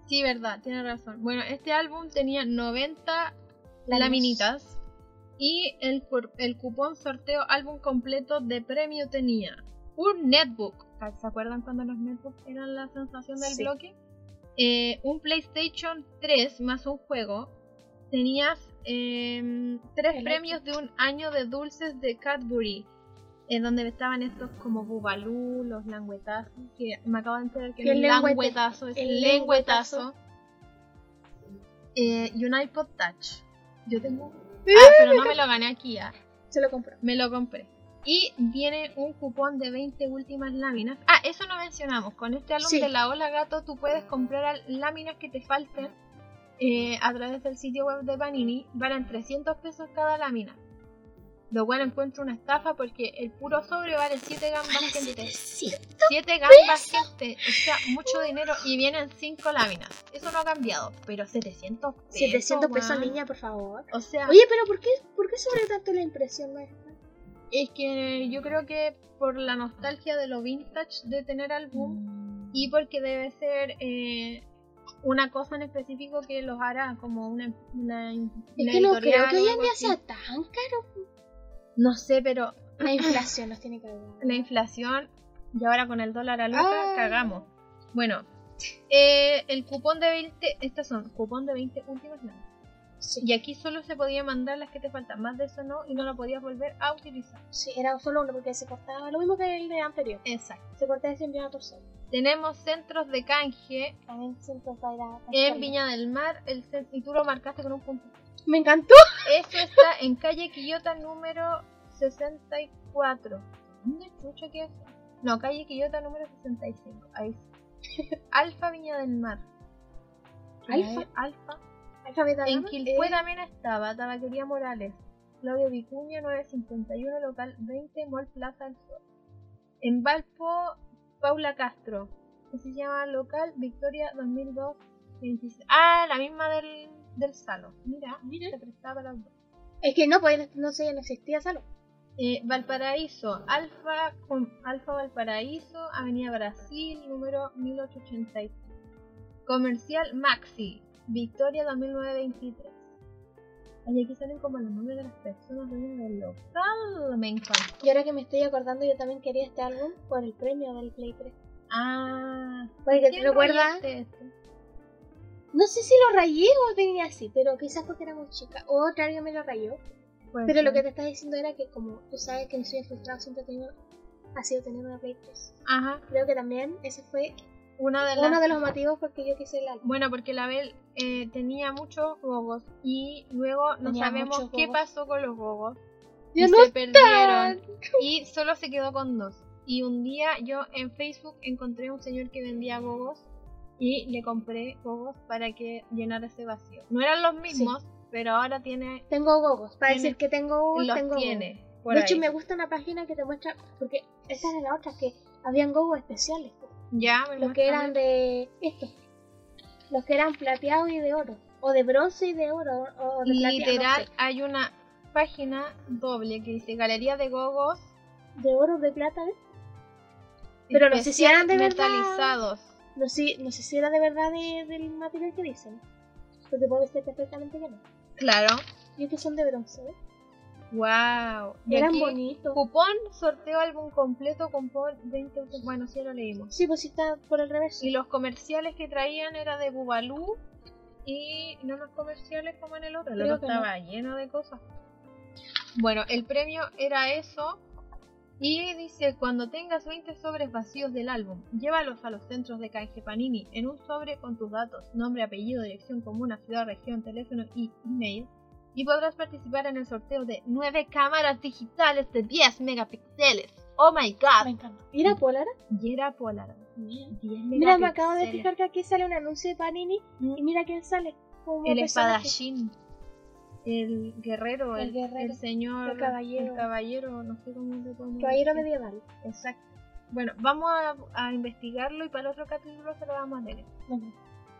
A: Sí, verdad, tiene razón. Bueno, este álbum tenía 90 laminitas y el, cur- el cupón sorteo álbum completo de premio tenía un netbook. ¿Se acuerdan cuando los netbooks eran la sensación del
B: Sí.
A: bloque? Eh, un PlayStation 3 más un juego. Tenías em, tres
B: El
A: premios de un año de dulces de Cadbury. En donde estaban estos como Bubalú, los languetazos, que me acabo de enterar que
B: El
A: el
B: lengüete-
A: languetazo es
B: el
A: el lenguetazo. Eh, y un iPod Touch. Yo tengo. Ah, pero no me lo gané aquí, ah.
B: Se lo compró.
A: me lo compré. Y viene un cupón de 20 últimas láminas. Ah, eso no mencionamos. Con este álbum
B: Sí.
A: de la Ola Gato tú puedes comprar al- láminas que te falten eh, a través del sitio web de Panini. Valen 300 pesos cada lámina. Lo cual encuentro una estafa porque el puro sobre vale 7 gambas
C: Vale,
A: gente.
C: sí, sí.
A: 7 gambas gente. O sea, mucho dinero y vienen 5 láminas. Eso no ha cambiado, pero 700 pesos.
B: 700 pesos,
A: weón.
B: niña, por favor.
A: O sea,
B: Oye, pero ¿por qué, por qué sobre tanto la impresión maestra?
A: es que yo creo que por la nostalgia de lo vintage de tener álbum y porque debe ser eh, una cosa en específico que los hará como una, una,
B: Es
A: una
B: que no creo
A: editorial
B: que
A: o
B: hoy en
A: algo
B: día
A: así.
B: sea tan caro.
A: No sé, pero
B: La inflación nos tiene que ayudar.
A: la inflación y ahora con el dólar a
B: Ah.
A: luca cagamos. Bueno, eh, el cupón de 20, estas son cupón de 20 últimas láminas.
B: Sí.
A: Y aquí solo se podía mandar las que te faltan, más de eso no, y no lo podías volver a utilizar.
B: Sí, era solo uno porque se cortaba lo mismo que el de anterior.
A: Exacto.
B: Se cortaba siempre a torcer.
A: Tenemos centros de canje
B: También siempre para.
A: en Eh, Viña del Mar, el cen- y tú lo marcaste con un punto.
B: Me encantó.
A: Eso está en calle Quillota número 64. ¿Dónde chucha que es? No, calle Quillota número 65. Ahí sí. Alfa Viña del Mar.
B: Alfa.
A: Eh, Alfa.
B: Alfabeta
A: En
B: Gama,
A: Quilpue
B: eh,
A: también estaba Tabaquería Morales. Claudio Vicuña 951, local 20, Mall Plaza del Sol. En Valpo, Paula Castro. Que se llama local Victoria 2002. 26. Ah, la misma del, del Salo. Mira,
B: Mira.
A: se prestaba para las dos.
B: Es que no, pues no sé, no existía salón.
A: Eh, Valparaíso, Alfa, con Alfa Valparaíso, Avenida Brasil, número 1883. Comercial Maxi, Victoria 2009-23. Y aquí salen como los nombres de las personas dueñas del local. Me encanta.
B: Y ahora que me estoy acordando, yo también quería este álbum por el premio del Play 3.
A: Ah,
B: Porque te
A: ¿quién este?
B: recuerda.
A: rayaste esto?
B: No sé si lo rayé o venía así, pero quizás porque era muy chica. O otra alguien me lo rayó.
A: Puede
B: Pero lo que
A: ser.
B: te estaba diciendo era que, como tú sabes que mi sueño frustrado siempre he tenido- ha sido tener una Play 3.
A: Ajá,
B: Creo que también ese fue
A: una de las.
B: uno de los motivos por que yo quise el álbum.
A: Bueno, porque la Bel eh, tenía muchos gogos y luego no
B: Tenía
A: sabemos
B: muchos
A: qué
B: gogos.
A: pasó con los gogos.
B: ¡Ya
A: y
B: no
A: se perdieron. Y solo se quedó con dos. Y un día yo en Facebook encontré un señor que vendía gogos y le compré gogos para que llenara ese vacío. No eran los mismos, pero ahora tiene
B: Tengo gogos. Para
A: Tiene-
B: decir que tengo gogos,
A: los
B: tengo
A: tiene.
B: gogos.
A: por
B: De hecho,
A: ahí.
B: me gusta una página que te muestra. Porque esa era la otra, que habían gogos especiales.
A: ya me
B: Los que eran
A: muestran.
B: de. Estos. Los que eran plateados y de oro. O de bronce y de oro. O de plateado, no
A: literal
B: sé.
A: hay una página doble que dice Galería de Gogos
B: De oro, de plata, ¿eh? ¿ves? Pero no sé si eran de verdad.
A: metalizados.
B: No sé, no sé si era de verdad de- del material que dicen. Porque puede ser perfectamente que no.
A: Claro.
B: Y es que son de bronce, ¿ves?
A: Wow. Y
B: Eran
A: aquí,
B: bonitos.
A: Cupón, sorteo álbum completo, cupón 20 Bueno, sí, lo leímos.
B: Sí, pues sí está por el revés.
A: Y los comerciales que traían era de Bubalú y no los comerciales como en el otro. El
B: Creo
A: otro
B: que
A: estaba lleno de cosas. Bueno, el premio era eso. Y dice, cuando tengas 20 sobres vacíos del álbum, llévalos a los centros de canje Panini en un sobre con tus datos, nombre, apellido, dirección comuna, ciudad, región, teléfono y email. Y podrás participar en el sorteo de 9 cámaras digitales de 10 megapíxeles. ¡Oh my
B: Me
A: god!
B: encanta. ¿Y era Polar?
A: Y era Polaroid. 10
B: Mira, me acabo de
A: megapíxeles.
B: fijar que aquí sale un anuncio de Panini
A: Mm.
B: y mira quién sale. Como
A: el
B: personaje.
A: espadachín, el guerrero,
B: El
A: el,
B: guerrero,
A: el señor,
B: el caballero.
A: el caballero, no sé cómo se pone.
B: Caballero medieval.
A: Exacto. Bueno, vamos a, a investigarlo y para el otro capítulo se lo vamos a leer.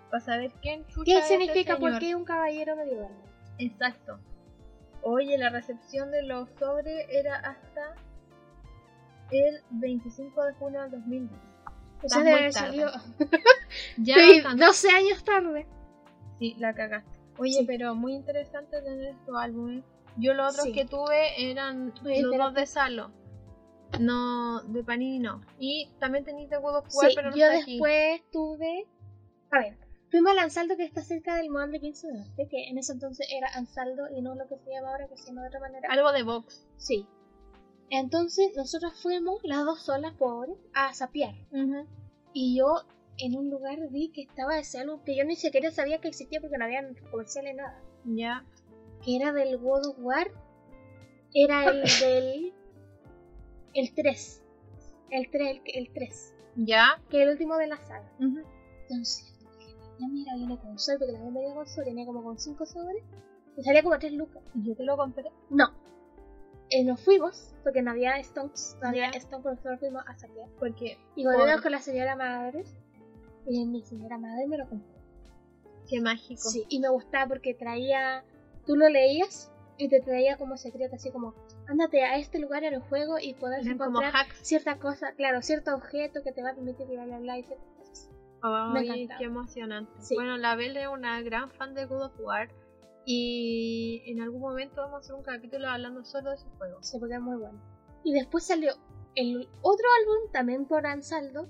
A: Para saber quién chucha
B: ¿Qué
A: es ese
B: significa? ¿Por
A: este señor.
B: qué un caballero medieval?
A: Exacto. Oye, la recepción de los sobres era hasta el 25 de junio del 2010.
B: Eso
A: Estás
B: debe
A: muy
B: haber
A: tarde.
B: salido
A: Ya
B: Sí,
A: bastante.
B: 12 años tarde.
A: Sí, la cagaste. Oye,
B: Sí.
A: pero muy interesante tener estos álbumes. Yo los otros
B: Sí.
A: que tuve eran
B: Oye,
A: los
B: pero-
A: dos de Salo. No, de Panini no. Y también tenías de World of War,
B: Sí,
A: pero no
B: yo
A: está aquí.
B: después tuve. A ver, fuimos al Ansaldo que está cerca del Modal de 15 de Arte, que en ese entonces era Ansaldo y no lo que se llama ahora, que se llama de otra manera.
A: Algo de Vox.
B: Sí. Entonces, nosotros fuimos, las dos solas, pobres, a sapear. Y yo en un lugar vi que estaba ese álbum que yo ni siquiera sabía que existía porque no habían comerciales nada.
A: Ya.
B: Que era del God of War. Era el del. El 3. El 3, el, el 3.
A: Ya.
B: Que era el último de la saga.
A: Ujú.
B: Entonces, yo dije, ya mira, viene con sol, porque también venía con sol, venía como con 5 sobres. Y salía como 3 lucas.
A: Y yo te lo compré.
B: No. eh, nos fuimos, porque no había Stonks, no había
A: Ya.
B: Stonks, pero nosotros fuimos a saquear.
A: Porque
B: Y volvemos
A: Por-
B: con la señora madre. Y mi señora madre me lo compró.
A: qué mágico.
B: Sí, y me gustaba porque traía. Tú lo leías y te traía como secreto, así como: ándate a este lugar en el juego y podrás
A: Eran como
B: encontrar
A: hacks.
B: cierta cosa, claro, cierto objeto que te va a permitir bla bla bla y ciertas cosas. Me
A: Ay,
B: encantaba.
A: qué emocionante.
B: Sí.
A: Bueno, la Belle es una gran fan de God of War y en algún momento vamos a hacer un capítulo hablando solo de ese juego.
B: Se porque es muy bueno. Y después salió el otro álbum, también por Ansaldo,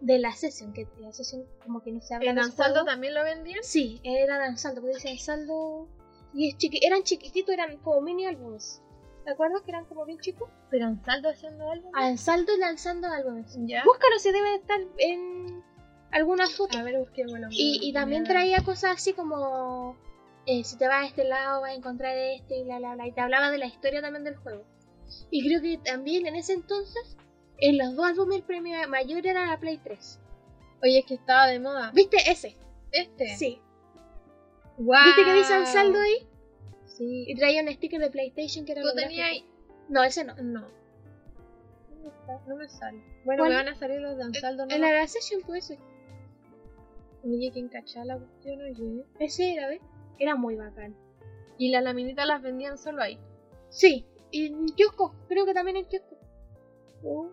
B: de la Session, que la Session como que no se habla
A: ¿En
B: de ese juego.
A: Ansaldo también lo vendían?
B: Sí, era Ansaldo, porque dice Ansaldo. Y es chiqui- eran chiquititos, eran como mini álbumes. ¿Te acuerdas que eran como bien chicos?
A: Pero Ansaldo haciendo algo.
B: Ansaldo lanzando álbumes.
A: Ya.
B: Ah, Búscalo si debe estar en algunas fotos.
A: A ver, busquémoslo.
B: Y, y también traía cosas así como eh, si te vas a este lado vas a encontrar este y bla bla bla. Y te hablaba de la historia también del juego. Y creo que también en ese entonces, en los dos álbumes el premio mayor era la Play 3.
A: Oye, es que estaba de moda.
B: ¿Viste ese?
A: Este.
B: Sí.
A: Guau.
B: ¿Viste que dice saldo ahí? Y
A: Ah. Sí.
B: traía un sticker de PlayStation que era
A: Tú
B: holográfico.
A: tenías ahí.
B: No, ese no.
A: No. ¿Dónde está? No me sale. Bueno,
B: ¿Cuál? Eh,
A: me van a salir los de Ansaldo. No
B: En la Grand Session fue ese.
A: Oye, ¿quién cachaba la cuestión? Oye.
B: Ese era, ¿ves? Era muy bacán.
A: Y las laminitas las vendían solo ahí.
B: Sí. Y en kiosco. Creo que también en kiosco. Oh,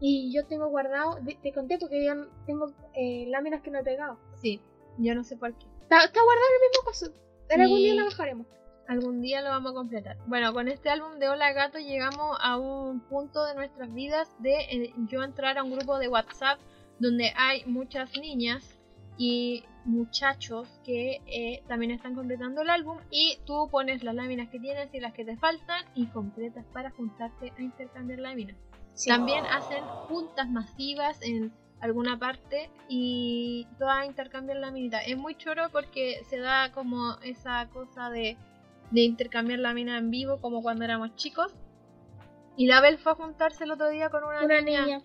B: Y yo tengo guardado, te- te conté porque yo tengo eh, láminas que no he pegado.
A: Sí. Yo no sé por qué.
B: Está, está guardado en el mismo caso. En algún
A: Sí.
B: día lo bajaremos.
A: Algún día lo vamos a completar. Bueno, con este álbum de Hola Gato llegamos a un punto de nuestras vidas de eh, yo entrar a un grupo de WhatsApp donde hay muchas niñas y muchachos que eh, también están completando el álbum y tú pones las láminas que tienes y las que te faltan y completas para juntarte a intercambiar láminas. También hacen juntas masivas en alguna parte y todas intercambian la minita. Es muy choro porque se da como esa cosa de, de intercambiar la mina en vivo como cuando éramos chicos. Y la Bel fue a juntarse el otro día con una,
B: Una
A: niña,
B: niña.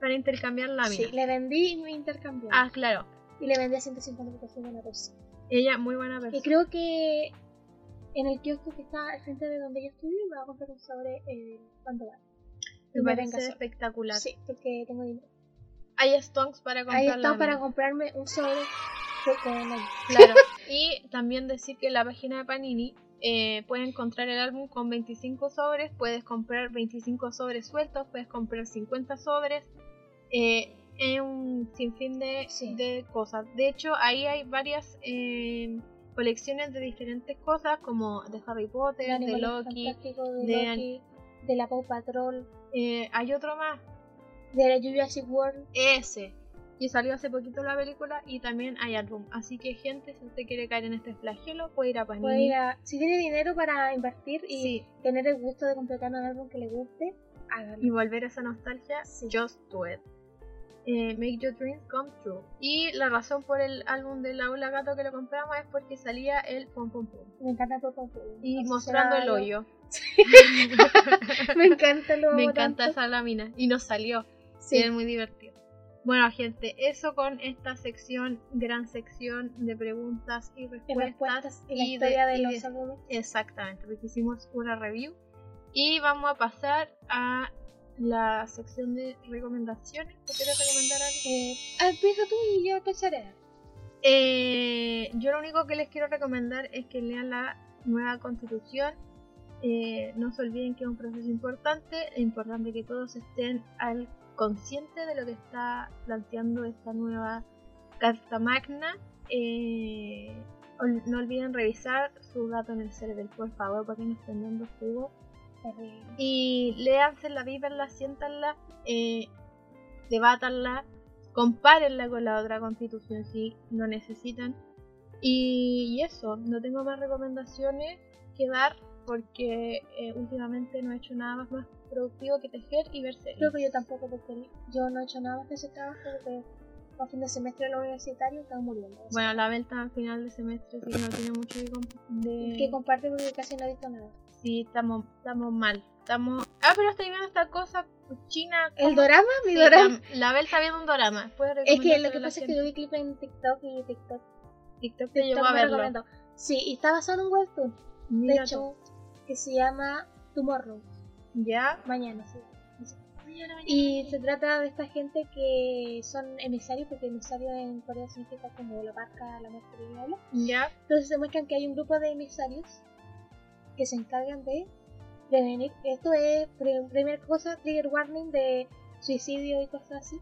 A: para intercambiar la
B: Sí,
A: mina.
B: le vendí y me intercambió.
A: Ah, claro.
B: Y le vendí a 150 pesos de la persona.
A: Ella muy buena persona.
B: Y creo que en el kiosco que está al frente de donde yo estudio me va a comprar un sobre eh, cuando va.
A: me
B: y me
A: parece
B: venga sola.
A: espectacular.
B: Sí, porque tengo dinero.
A: Hay stonks para comprar
B: Ahí
A: la
B: está para
A: mina.
B: comprarme un sobre. Porque no.
A: Claro. Y también decir que en la página de Panini eh, puedes encontrar el álbum con 25 sobres, puedes comprar 25 sobres sueltos, puedes comprar 50 sobres, eh, es un sinfín de,
B: Sí.
A: de cosas. De hecho, ahí hay varias eh, colecciones de diferentes cosas, como de Harry
B: de
A: Potter, de
B: Animales
A: Este Loki,
B: Fantásticos, de,
A: de an-
B: Loki, de la Paw Patrol,
A: eh, hay otro más,
B: de la Jurassic World.
A: ese. Y salió hace poquito la película y también hay álbum. Así que gente, si usted quiere caer en este flagelo, puede ir a Panini.
B: Puede ir a- si tiene dinero para invertir y
A: Mm. Sí.
B: tener el gusto de completar un álbum que le guste,
A: y
B: háganlo.
A: volver a esa nostalgia, Just Do It. Eh, make Your Dreams Come True. Y la razón por el álbum de la Ola Gato que lo compramos es porque salía el Pom Pom Pum.
B: Me encanta Pop Pop Pop.
A: Y
B: Entonces,
A: mostrando el
B: hágalo.
A: hoyo.
B: Me encanta lo
A: Me
B: amo
A: encanta
B: tanto.
A: esa lámina. Y nos salió.
B: Sí.
A: Sí. Es muy divertido. Bueno, gente, eso con esta sección, gran sección de preguntas y
B: Y
A: respuestas.
B: respuestas y la
A: y de-
B: historia de,
A: y
B: los álbumes.
A: Exactamente, porque hicimos una review. Y vamos a pasar a la sección de recomendaciones. ¿Te quiero recomendar algo?
B: Eh, ah, empieza tú y yo empezaré.
A: Eh, yo lo único que les quiero recomendar es que lean la nueva constitución. Eh, no se olviden que es un proceso importante. Es importante que todos estén al consciente de lo que está planteando esta nueva carta magna. Eh, ol- no olviden revisar su dato en el server, por favor, porque no estén dando jugo y léansela, vívanla, siéntanla, eh, debátanla, compárenla con la otra constitución si lo necesitan. Y, y eso, no tengo más recomendaciones que dar porque eh, últimamente no he hecho nada más, más productivo que tejer y ver
B: Creo
A: series.
B: que yo tampoco, porque yo no he hecho nada más que ese trabajo, porque a fin de semestre en lo universitario estaba muriendo. O sea,
A: Bueno, la venta al final de semestre sí que no tiene mucho que comp- de...
B: Que comparte porque casi no he visto nada.
A: sí, estamos, estamos mal. Estamos... Ah, pero estoy viendo esta cosa china.
B: ¿El
A: ¿cómo?
B: dorama? Mi
A: Sí,
B: dorama.
A: tam- La Bel está viendo un dorama. ¿Puedes
B: Es que
A: recomendárselo
B: lo
A: a
B: que
A: la
B: pasa es
A: gente?
B: que yo vi clip en TikTok y TikTok,
A: TikTok te llevó
B: TikTok
A: a
B: me
A: verlo.
B: recomendó. Sí, y está basado en un webtoon. De
A: Mira
B: hecho, que se llama Tomorrow.
A: ¿Ya?
B: Mañana, sí. Y se trata de esta gente que son emisarios, porque emisario en Corea significa como la barca, la muerte y habla.
A: ¿Ya?
B: Entonces se muestran que hay un grupo de emisarios que se encargan de prevenir. Esto es, pr- primera cosa, trigger warning de suicidio y cosas así.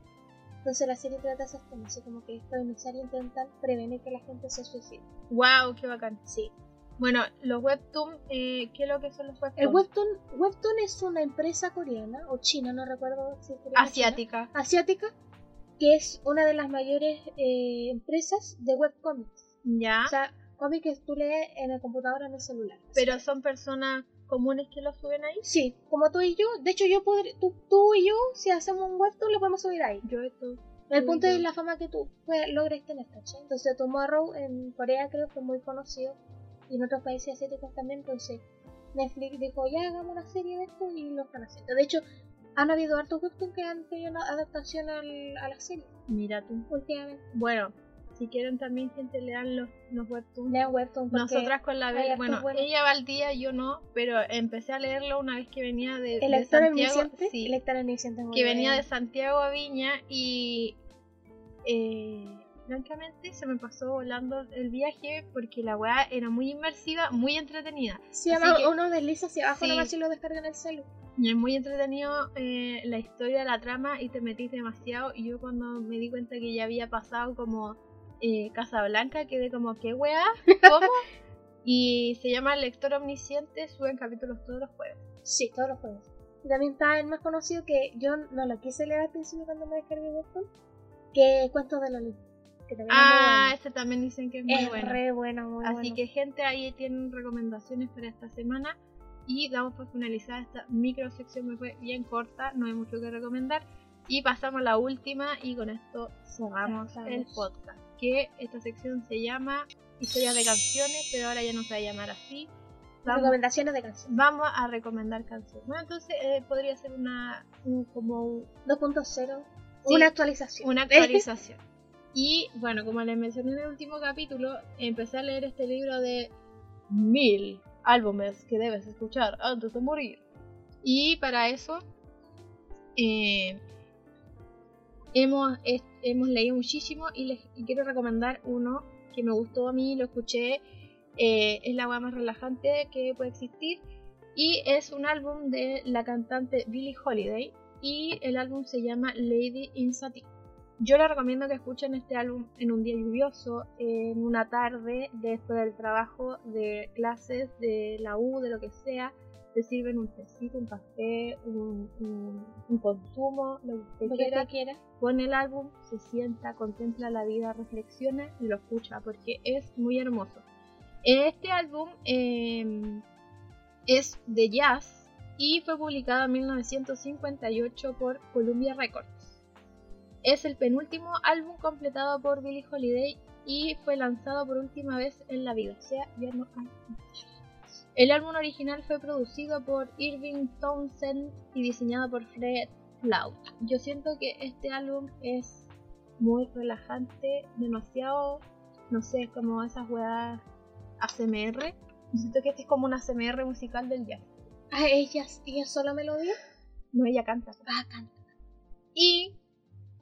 B: Entonces la serie trata esos temas, así como que estos emisarios intentan prevenir que la gente se suicide.
A: ¡Wow! ¡Qué bacán!
B: Sí.
A: Bueno, los webtoons, eh, ¿qué es lo que son los webtoons?
B: El Webtoon, Webtoon es una empresa coreana o china, no recuerdo si es coreana o china.
A: Asiática.
B: asiática, que es una de las mayores eh, empresas de webcomics.
A: ¿Ya?
B: O sea, cómics que tú lees en el computador o en el celular.
A: Pero son personas comunes que lo suben ahí.
B: Sí, como tú y yo, de hecho yo podré, tú, tú y yo, si hacemos un webtoon, lo podemos subir ahí.
A: Yo esto.
B: El punto
A: yo.
B: es la fama que tú pues, logres tener, ¿cachai? Entonces Tomorrow en Corea creo que es muy conocido y en otros países asiáticos también, entonces Netflix dijo, ya hagamos una serie de esto y lo están haciendo. De hecho, han habido hartos webtoons que han tenido una adaptación al- a la serie
A: Mira tú.
B: últimamente.
A: Bueno, si quieren también, gente, lean los, los webtoons.
B: Lean webtoon porque
A: Nosotras con la
B: hay
A: Bel,
B: hartos
A: bueno,
B: buenos.
A: ella va al día, yo no, pero empecé a leerlo una vez que venía de,
B: el
A: de
B: actor
A: Santiago,
B: omnisciente,
A: sí,
B: el actor omnisciente es muy
A: que venía de
B: bueno.
A: Santiago a Viña y eh, francamente se me pasó volando el viaje porque la weá era muy inmersiva, muy entretenida.
B: Sí,
A: así
B: ama-
A: que-
B: uno desliza hacia abajo
A: Sí.
B: nomás y lo descarga en el celu.
A: Y es muy entretenido eh, la historia, la trama y te metís demasiado. Y yo cuando me di cuenta que ya había pasado como eh, Casablanca, quedé como, ¿qué weá? ¿Cómo? y se llama Lector Omnisciente, suben capítulos todos los jueves.
B: Sí, todos los juegos. Y También está el más conocido que yo no lo quise leer al principio cuando me descargué Webtoon, que es Cuentos de Loli. Que también
A: Ah, ese también dicen que es
B: es muy bueno.
A: muy
B: es
A: bueno.
B: re bueno, muy
A: Así
B: bueno.
A: que gente, ahí tienen recomendaciones para esta semana. Y damos por finalizada esta micro sección, me fue bien corta, no hay mucho que recomendar. Y pasamos a la última y con esto cerramos
B: Cerramos.
A: el podcast. Que esta sección se llama Historias de canciones, pero ahora ya no se va a llamar así. Vamos,
B: Recomendaciones de canciones.
A: vamos a recomendar canciones. Bueno, entonces eh, podría ser una un- como un-
B: 2.0.
A: Sí.
B: Una actualización.
A: una actualización. Y bueno, como les mencioné en el último capítulo, empecé a leer este libro de mil álbumes que debes escuchar antes de morir. Y para eso eh, hemos, es- hemos leído muchísimo y les y quiero recomendar uno que me gustó a mí, lo escuché, eh, es la agua más relajante que puede existir y es un álbum de la cantante Billie Holiday y el álbum se llama Lady in Satin. Yo les recomiendo que escuchen este álbum en un día lluvioso, en una tarde, después del trabajo, de clases, de la U, de lo que sea. Te sirven un tecito, un café, un, un- un consumo, lo que usted
B: Lo que
A: quiera
B: te quiera.
A: pone el álbum, se sienta, contempla la vida, reflexiona y lo escucha porque es muy hermoso. Este álbum eh, es de jazz y fue publicado en 1958 por Columbia Records. Es el penúltimo álbum completado por Billie Holiday y fue lanzado por última vez en la vida, o sea, ya no hay más. El álbum original fue producido por Irving Townsend y diseñado por Fred Lau yo siento que este álbum es muy relajante, demasiado, no sé, como esas weas ACMR. Yo siento que este es como un ACMR musical del jazz.
B: Ah, ellas, ella solo melodía.
A: No, ella canta.
B: Ah, canta.
A: Y,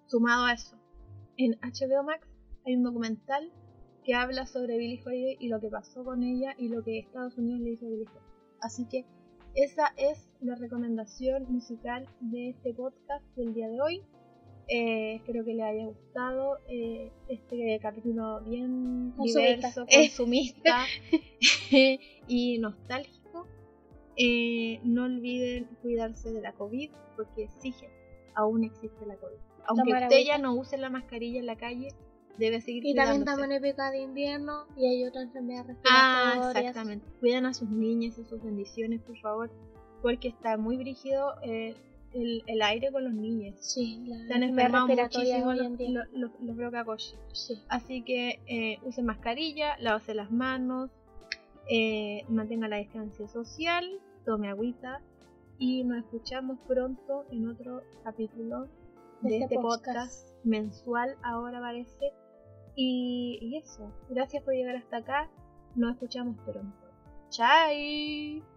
A: sumado a eso, en HBO Max hay un documental que habla sobre Billie Holiday y lo que pasó con ella y lo que Estados Unidos le hizo a Billie Holiday. Así que esa es la recomendación musical de este podcast del día de hoy. Eh, espero que les haya gustado eh, este capítulo bien
B: Consumista.
A: diverso,
B: Eh.
A: consumista y nostálgico. Eh, no olviden cuidarse de la COVID porque exigen aún existe la COVID. Aunque
B: Tomar
A: usted ya no use la mascarilla en la calle, debe seguir
B: Y también
A: cuidándose.
B: estamos en época de invierno y hay otra enfermedad respiratoria.
A: Ah, exactamente. Cuidan a sus niñas, a sus bendiciones, por favor, porque está muy brígido eh, el, el aire con los niños.
B: Sí, la
A: Se han
B: enfermedad
A: enfermado
B: respiratoria
A: muchísimo
B: hoy
A: los,
B: en día.
A: los, los- los broncococcus.
B: Sí.
A: Así que eh, usen mascarilla, lávese las manos, eh, mantenga la distancia social, tome agüita y nos escuchamos pronto en otro capítulo de este,
B: Este
A: podcast. mensual ahora parece. Y, y eso, gracias por llegar hasta acá, nos escuchamos pronto. Chao.